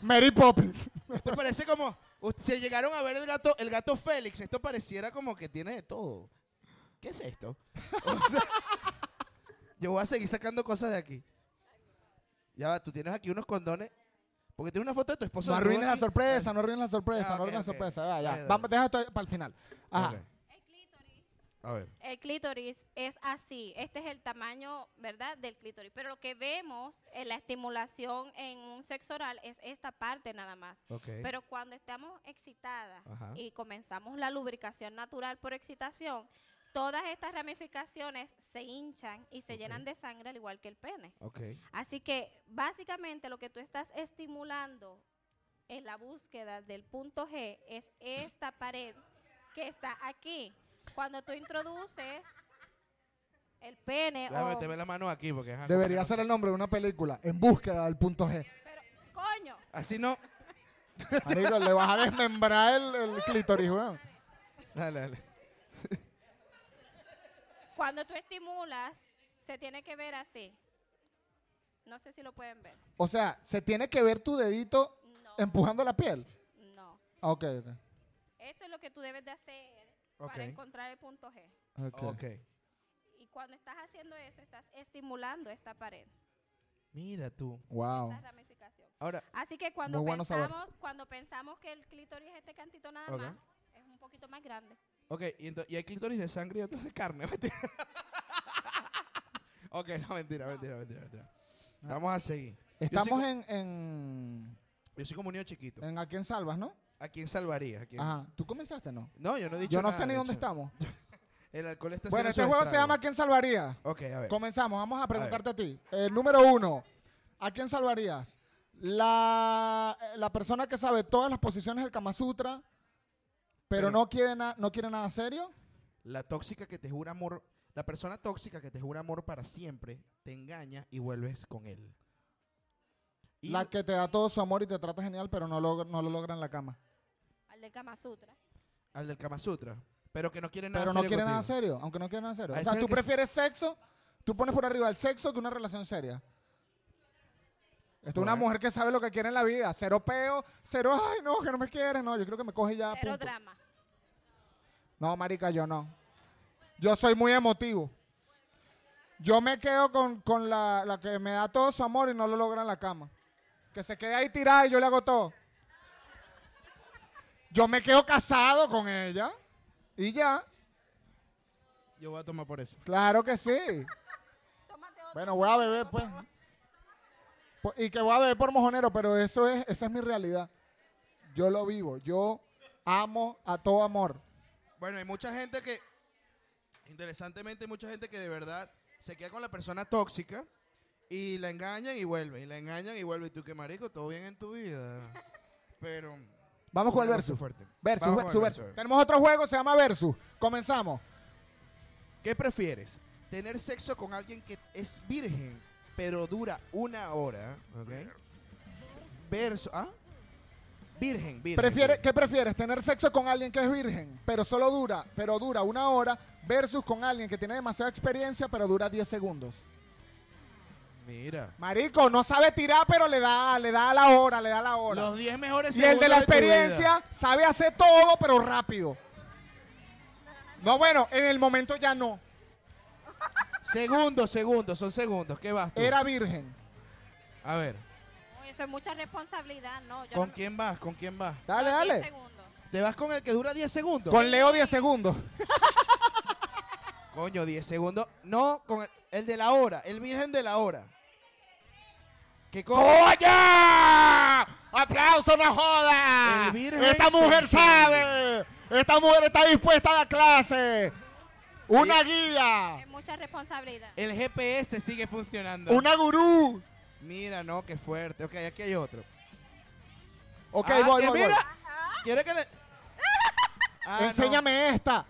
Mary Poppins.
Esto parece como. ust- Se llegaron a ver el gato, el gato Félix. Esto pareciera como que tiene de todo. ¿Qué es esto? O sea, yo voy a seguir sacando cosas de aquí. Ya va, tú tienes aquí unos condones. Porque tiene una foto de tu esposo.
No
desnudo
arruines la
aquí.
sorpresa, no arruines la sorpresa,
Ah, ok,
no arruines
ok.
la sorpresa. Ya, ya.
Dale, dale.
Vamos, deja esto para el final. Ajá.
Ok. A ver.
El clítoris es así, este es el tamaño, ¿verdad?, del clítoris, pero lo que vemos en la estimulación en un sexo oral es esta parte nada más.
Ok.
Pero cuando estamos excitadas
Ajá.
y comenzamos la lubricación natural por excitación, todas estas ramificaciones se hinchan y se llenan de sangre al igual que el pene.
Ok.
Así que básicamente lo que tú estás estimulando en la búsqueda del punto G es esta pared que está aquí. Cuando tú introduces el pene
Déjame
o-
te ve la mano aquí porque. ajá,
Debería
como que
ser el nombre de una película, En búsqueda del punto G.
Coño,
no- Así no.
Marico, le vas a desmembrar el, el clítoris, weón.
Dale, dale.
cuando tú estimulas, se tiene que ver así. No sé si lo pueden ver.
O sea, se tiene que ver tu dedito
Em.
empujando la piel.
No.
Ah, Ok, ok.
Esto es lo que tú debes de hacer
Ok.
para encontrar el punto G.
Ok.
Y cuando estás haciendo eso, estás estimulando esta pared.
Mira tú.
Wow.
esta ramificación.
Ahora.
Así que cuando
Muy bueno saber.
pensamos, cuando pensamos que el clítoris es este cantito nada
Ok.
más, es un poquito más grande.
Ok, y, ento- y hay clítoris de sangre y otros de carne. mentira. ok, no, mentira, mentira, mentira, mentira. Vamos a seguir. Yo soy
Estamos
co-
en, en.
Yo soy como un niño chiquito.
En ¿A quién salvas, no?
¿A quién salvarías? ¿A quién?
Ajá. ¿Tú comenzaste, no?
No, yo no he dicho
Yo no
nada,
sé ni
de
dónde
hecho.
estamos.
El alcohol está
Bueno,
haciendo
este
sus
juego se
estragos.
llama ¿Quién salvaría?
Ok, a ver.
Comenzamos, vamos a preguntarte a, ti. Eh, número uno, ¿a quién salvarías? La, eh, la persona que sabe todas las posiciones del Kama Sutra, pero,
Pero-
no, quiere na- no quiere nada serio.
La tóxica que te jura amor, la persona tóxica que te jura amor para siempre, te engaña y vuelves con él. Y-
La que te da todo su amor y te trata genial, pero no, logra- no lo logra en la cama.
Al del Kama Sutra.
Al del Kama Sutra. Pero que no quiere nada
Pero no
serio
quiere nada
contigo.
serio, aunque no quiere nada serio.
A
O
ese
sea,
es el
tú
que se-
prefieres sexo, tú pones por arriba el sexo que una relación seria. Esto es una
Bueno.
mujer que sabe lo que quiere en la vida. Cero peo, cero, ay, no, que no me quieres. No, yo creo que me coge ya.
Pero
punto.
drama.
No, marica, yo no. Yo soy muy emotivo. Yo me quedo con, con la, la que me da todo su amor y no lo logra en la cama. Que se quede ahí tirada y yo le hago todo. Yo me quedo casado con ella. Y ya.
Yo voy a tomar por eso.
Claro que sí. Bueno, voy a beber, pues. Po- Y que voy a beber por mojonero, pero eso es, esa es mi realidad. Yo lo vivo. Yo amo a todo amor.
Bueno, hay mucha gente que, interesantemente, hay mucha gente que de verdad se queda con la persona tóxica y la engañan y vuelve, y la engañan y vuelve. Y tú, que marico, todo bien en tu vida. Pero.
Vamos con el
Una cosa
versus.
fuerte.
Versus,
Vamos con
versus,
el
versus. Tenemos otro juego, se llama versus. Comenzamos.
¿Qué prefieres? Tener sexo con alguien que es virgen, pero dura una hora. ¿ok? Versus. ¿Ah? Virgen, virgen.
Prefiere, ¿Qué prefieres? ¿Tener sexo con alguien que es virgen, pero solo dura, pero dura una hora, versus con alguien que tiene demasiada experiencia, pero dura 10 segundos?
Mira.
Marico, no sabe tirar, pero le da, le da la hora, le da la hora.
Los 10 mejores
Y el de
segundos
la
de tu vida.
experiencia sabe hacer todo, pero rápido. No, bueno, en el momento ya no.
Segundos, segundos, son segundos. ¿Qué vas? tú?
Era virgen.
A ver,
No, eso es mucha responsabilidad, no. Yo
¿con
no me-
quién vas? ¿Con quién vas?
Dale, dale.
¿Te vas con el que dura 10 segundos?
Con Leo 10 segundos.
Coño, 10 segundos. No, con el, el de la hora, el virgen de la hora. ¿Qué coño?
¡Aplauso, no joda!
El virgen
¡Esta mujer
sensual.
sabe! ¡Esta mujer está dispuesta a la clase! Una guía.
Es mucha responsabilidad.
El GPS sigue funcionando.
Una gurú.
Mira, no, qué fuerte. Ok, aquí hay otro.
Ok,
Ah,
voy,
que
voy, voy.
mira. ¿Quiere que le...? Ah, no.
Enséñame esta.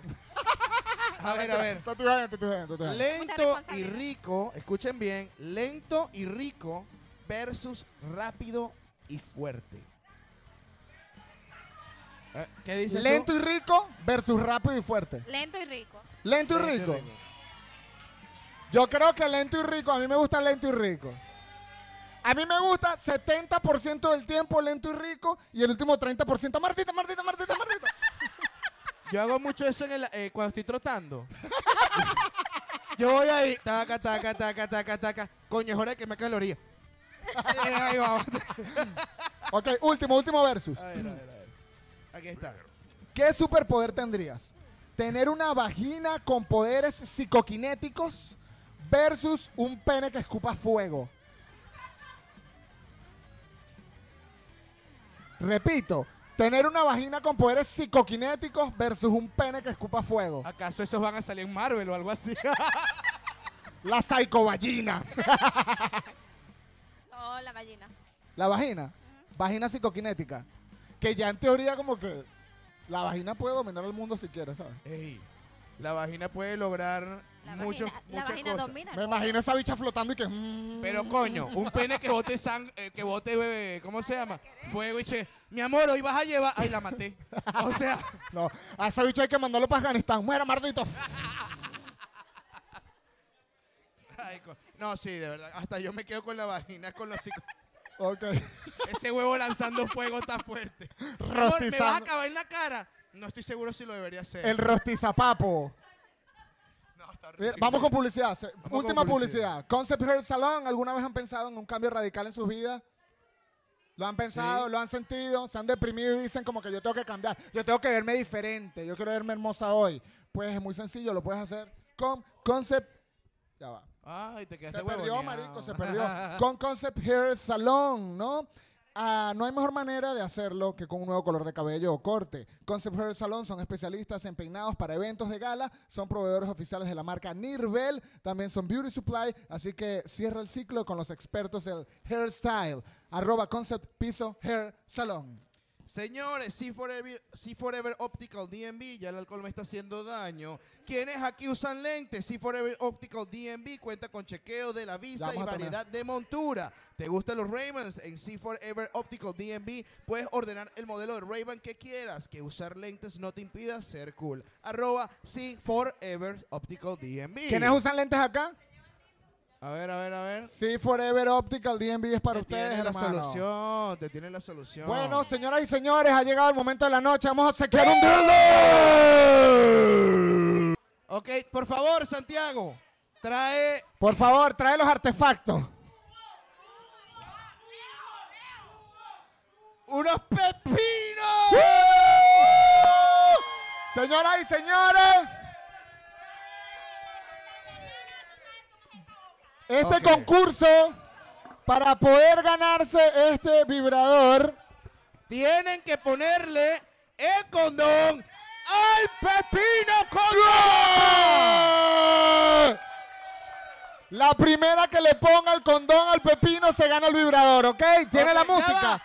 A ver, a ver.
Tú, tú, tú, tú, tú, tú, tú.
Lento y rico, escuchen bien, lento y rico versus rápido y fuerte. Eh, ¿Qué dices tú?
Lento y rico versus rápido y fuerte.
Lento y rico.
Lento y
Lento y
rico. Yo creo que lento y rico. A mí me gusta lento y rico. A mí me gusta 70% del tiempo lento y rico y el último 30%. Martita, Martita, Martita, Martita.
Yo hago mucho eso en el, eh, cuando estoy trotando. Yo voy ahí, taca, taca, taca, taca, taca. Coño, es hora de que me caloría. Eh, ahí vamos.
ok, último, último versus.
A ver, a ver, a ver. Aquí está.
¿Qué superpoder tendrías? Tener una vagina con poderes psicoquinéticos versus un pene que escupa fuego. Repito, tener una vagina con poderes psicoquinéticos versus un pene que escupa fuego.
¿Acaso esos van a salir en Marvel o algo así?
La psicovagina.
No, Oh, la ballena.
La vagina. Vagina psicoquinética. Que ya en teoría como que la vagina puede dominar el mundo si quiere, ¿sabes?
Ey, la vagina puede lograr mucho-
vagina- la
muchas
vagina
cosas.
domina.
Me imagino esa bicha flotando y que... mm.
Pero coño, un pene que bote sang, eh, que bote, eh, ¿cómo se llama? Fuego y che, mi amor, hoy vas a llevar, ay, la maté. O sea,
No, a esa bicha hay que mandarlo para Afganistán. Muera, mardito.
ay, co- no, sí, de verdad, hasta yo me quedo con la vagina, con los hocico.
ok.
Ese huevo lanzando fuego está fuerte. Mi amor, ¿me vas a
Rostizando.
acabar en la cara? No estoy seguro si lo debería hacer.
El rostizapapo. Mira, Vamos con publicidad. Se-
con
Última
publicidad.
publicidad. Concept Hair Salon. ¿Alguna vez han pensado en un cambio radical en sus vidas? ¿Lo han pensado?
Sí.
¿Lo han sentido? ¿Se han deprimido y dicen como que yo tengo que cambiar? Yo tengo que verme diferente. Yo quiero verme hermosa hoy. Pues es muy sencillo. Lo puedes hacer con Concept... Ya va.
Ay, te quedaste
Se perdió,
huevoneado.
marico, se perdió. Con Concept Hair Salon, ¿no? Ah, no hay mejor manera de hacerlo que con un nuevo color de cabello o corte. Concept Hair Salon son especialistas en peinados para eventos de gala, son proveedores oficiales de la marca Nirvel, también son Beauty Supply, así que cierra el ciclo con los expertos del hairstyle. Arroba Concept Piso Hair Salon.
Señores, si Forever, Si Forever Optical DMV, ya el alcohol me está haciendo daño. ¿Quiénes aquí usan lentes? Si Forever Optical DMV cuenta con chequeo de la
Ya
vista y
vamos a tomar.
variedad de montura. ¿Te gustan los Ray-Bans? En Si Forever Optical DMV puedes ordenar el modelo de Ray-Ban que quieras. Que usar lentes no te impida ser cool. Arroba Si Forever Optical DMV.
¿Quiénes usan lentes acá?
A ver, a ver, a ver.
Sí, Forever Optical DMV es para ustedes,
Tienes la
hermano.
solución, te tienen la solución.
Bueno, señoras y señores, ha llegado el momento de la noche. Vamos a obsequiar un dildo.
Ok, por favor, Santiago, trae
Por favor, trae los artefactos.
unos pepinos.
Señoras y señores. Este
Ok.
concurso, para poder ganarse este vibrador,
Tienen que ponerle el condón al pepino condón.
la primera que le ponga el condón al pepino se gana el vibrador, ¿ok? Tiene la música.
Ya va,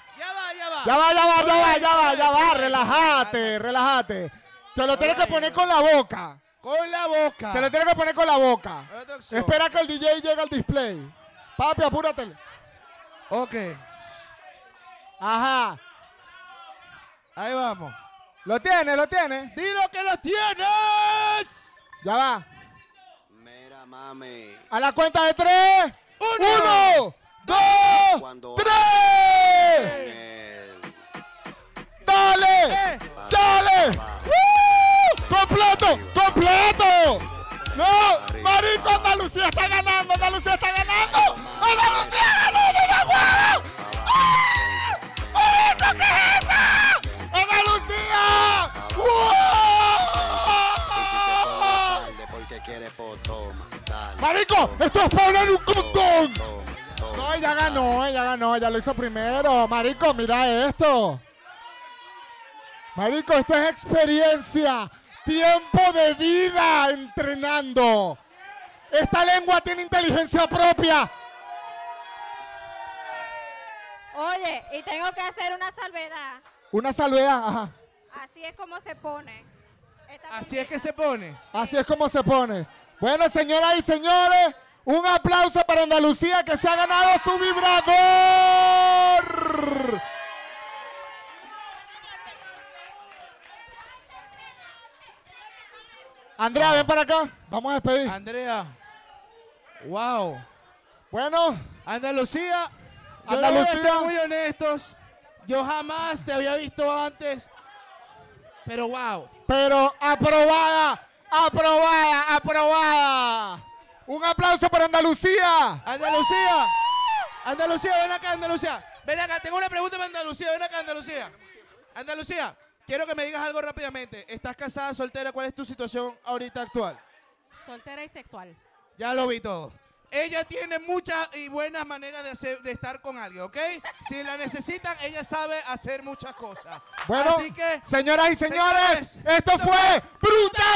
ya va.
Ya va, ya va, ya va, ya va, ya va. Relájate, relájate. Te lo tienes que poner con la boca.
Con la boca.
Se lo tiene que poner con la boca.
Hay otra opción.
Espera que el DJ llegue al display. Papi, apúrate.
Ok,
Ajá.
ahí vamos.
Lo tiene, lo tiene.
Dilo que lo tienes.
Ya va.
Mira, mami.
A la cuenta de tres. Uno, dos,
Cuando
tres. ¡Dale! ¡Dale! ¡Woo! ¡Completo! ¡Completo! ¡No! ¡Marico, Andalucía está ganando! ¡Andalucía está ganando! ¡Andalucía ganó! ¡Mira, guau! ¡Ah! ¿Pero eso qué es eso? ¡Andalucía! ¡Guau!
tarde porque quiere foto, dale.
¡Marico! ¡Esto es para hablar un condón! No, ella ganó, ella ganó, ella lo hizo primero. Marico, mira esto. Marico, esto es experiencia. tiempo de vida entrenando. Esta lengua tiene inteligencia propia.
Oye, y tengo que hacer una salvedad.
Una salvedad, ajá.
Así es como se pone.
Así es que se pone.
Así es como se pone. Bueno, señoras y señores, un aplauso para Andalucía que se ha ganado su vibrador. Andrea, ven para acá. Vamos a despedir.
Andrea. Wow.
Bueno,
Andalucía. Yo
Andalucía.
Andalucía. muy honestos. Yo jamás te había visto antes. Pero wow.
Pero aprobada, aprobada, aprobada. Un aplauso para Andalucía.
Andalucía. Andalucía, ven acá, Andalucía. Ven acá, tengo una pregunta para Andalucía. Ven acá, Andalucía. Andalucía, quiero que me digas algo rápidamente. ¿Estás casada, soltera? ¿Cuál es tu situación ahorita actual?
Soltera y sexual.
Ya lo vi todo. Ella tiene muchas y buenas maneras de, hacer- de estar con alguien, ¿ok? Si la necesitan, ella sabe hacer muchas cosas.
Bueno,
Así que,
señoras y señores,
señores,
esto fue Brutal.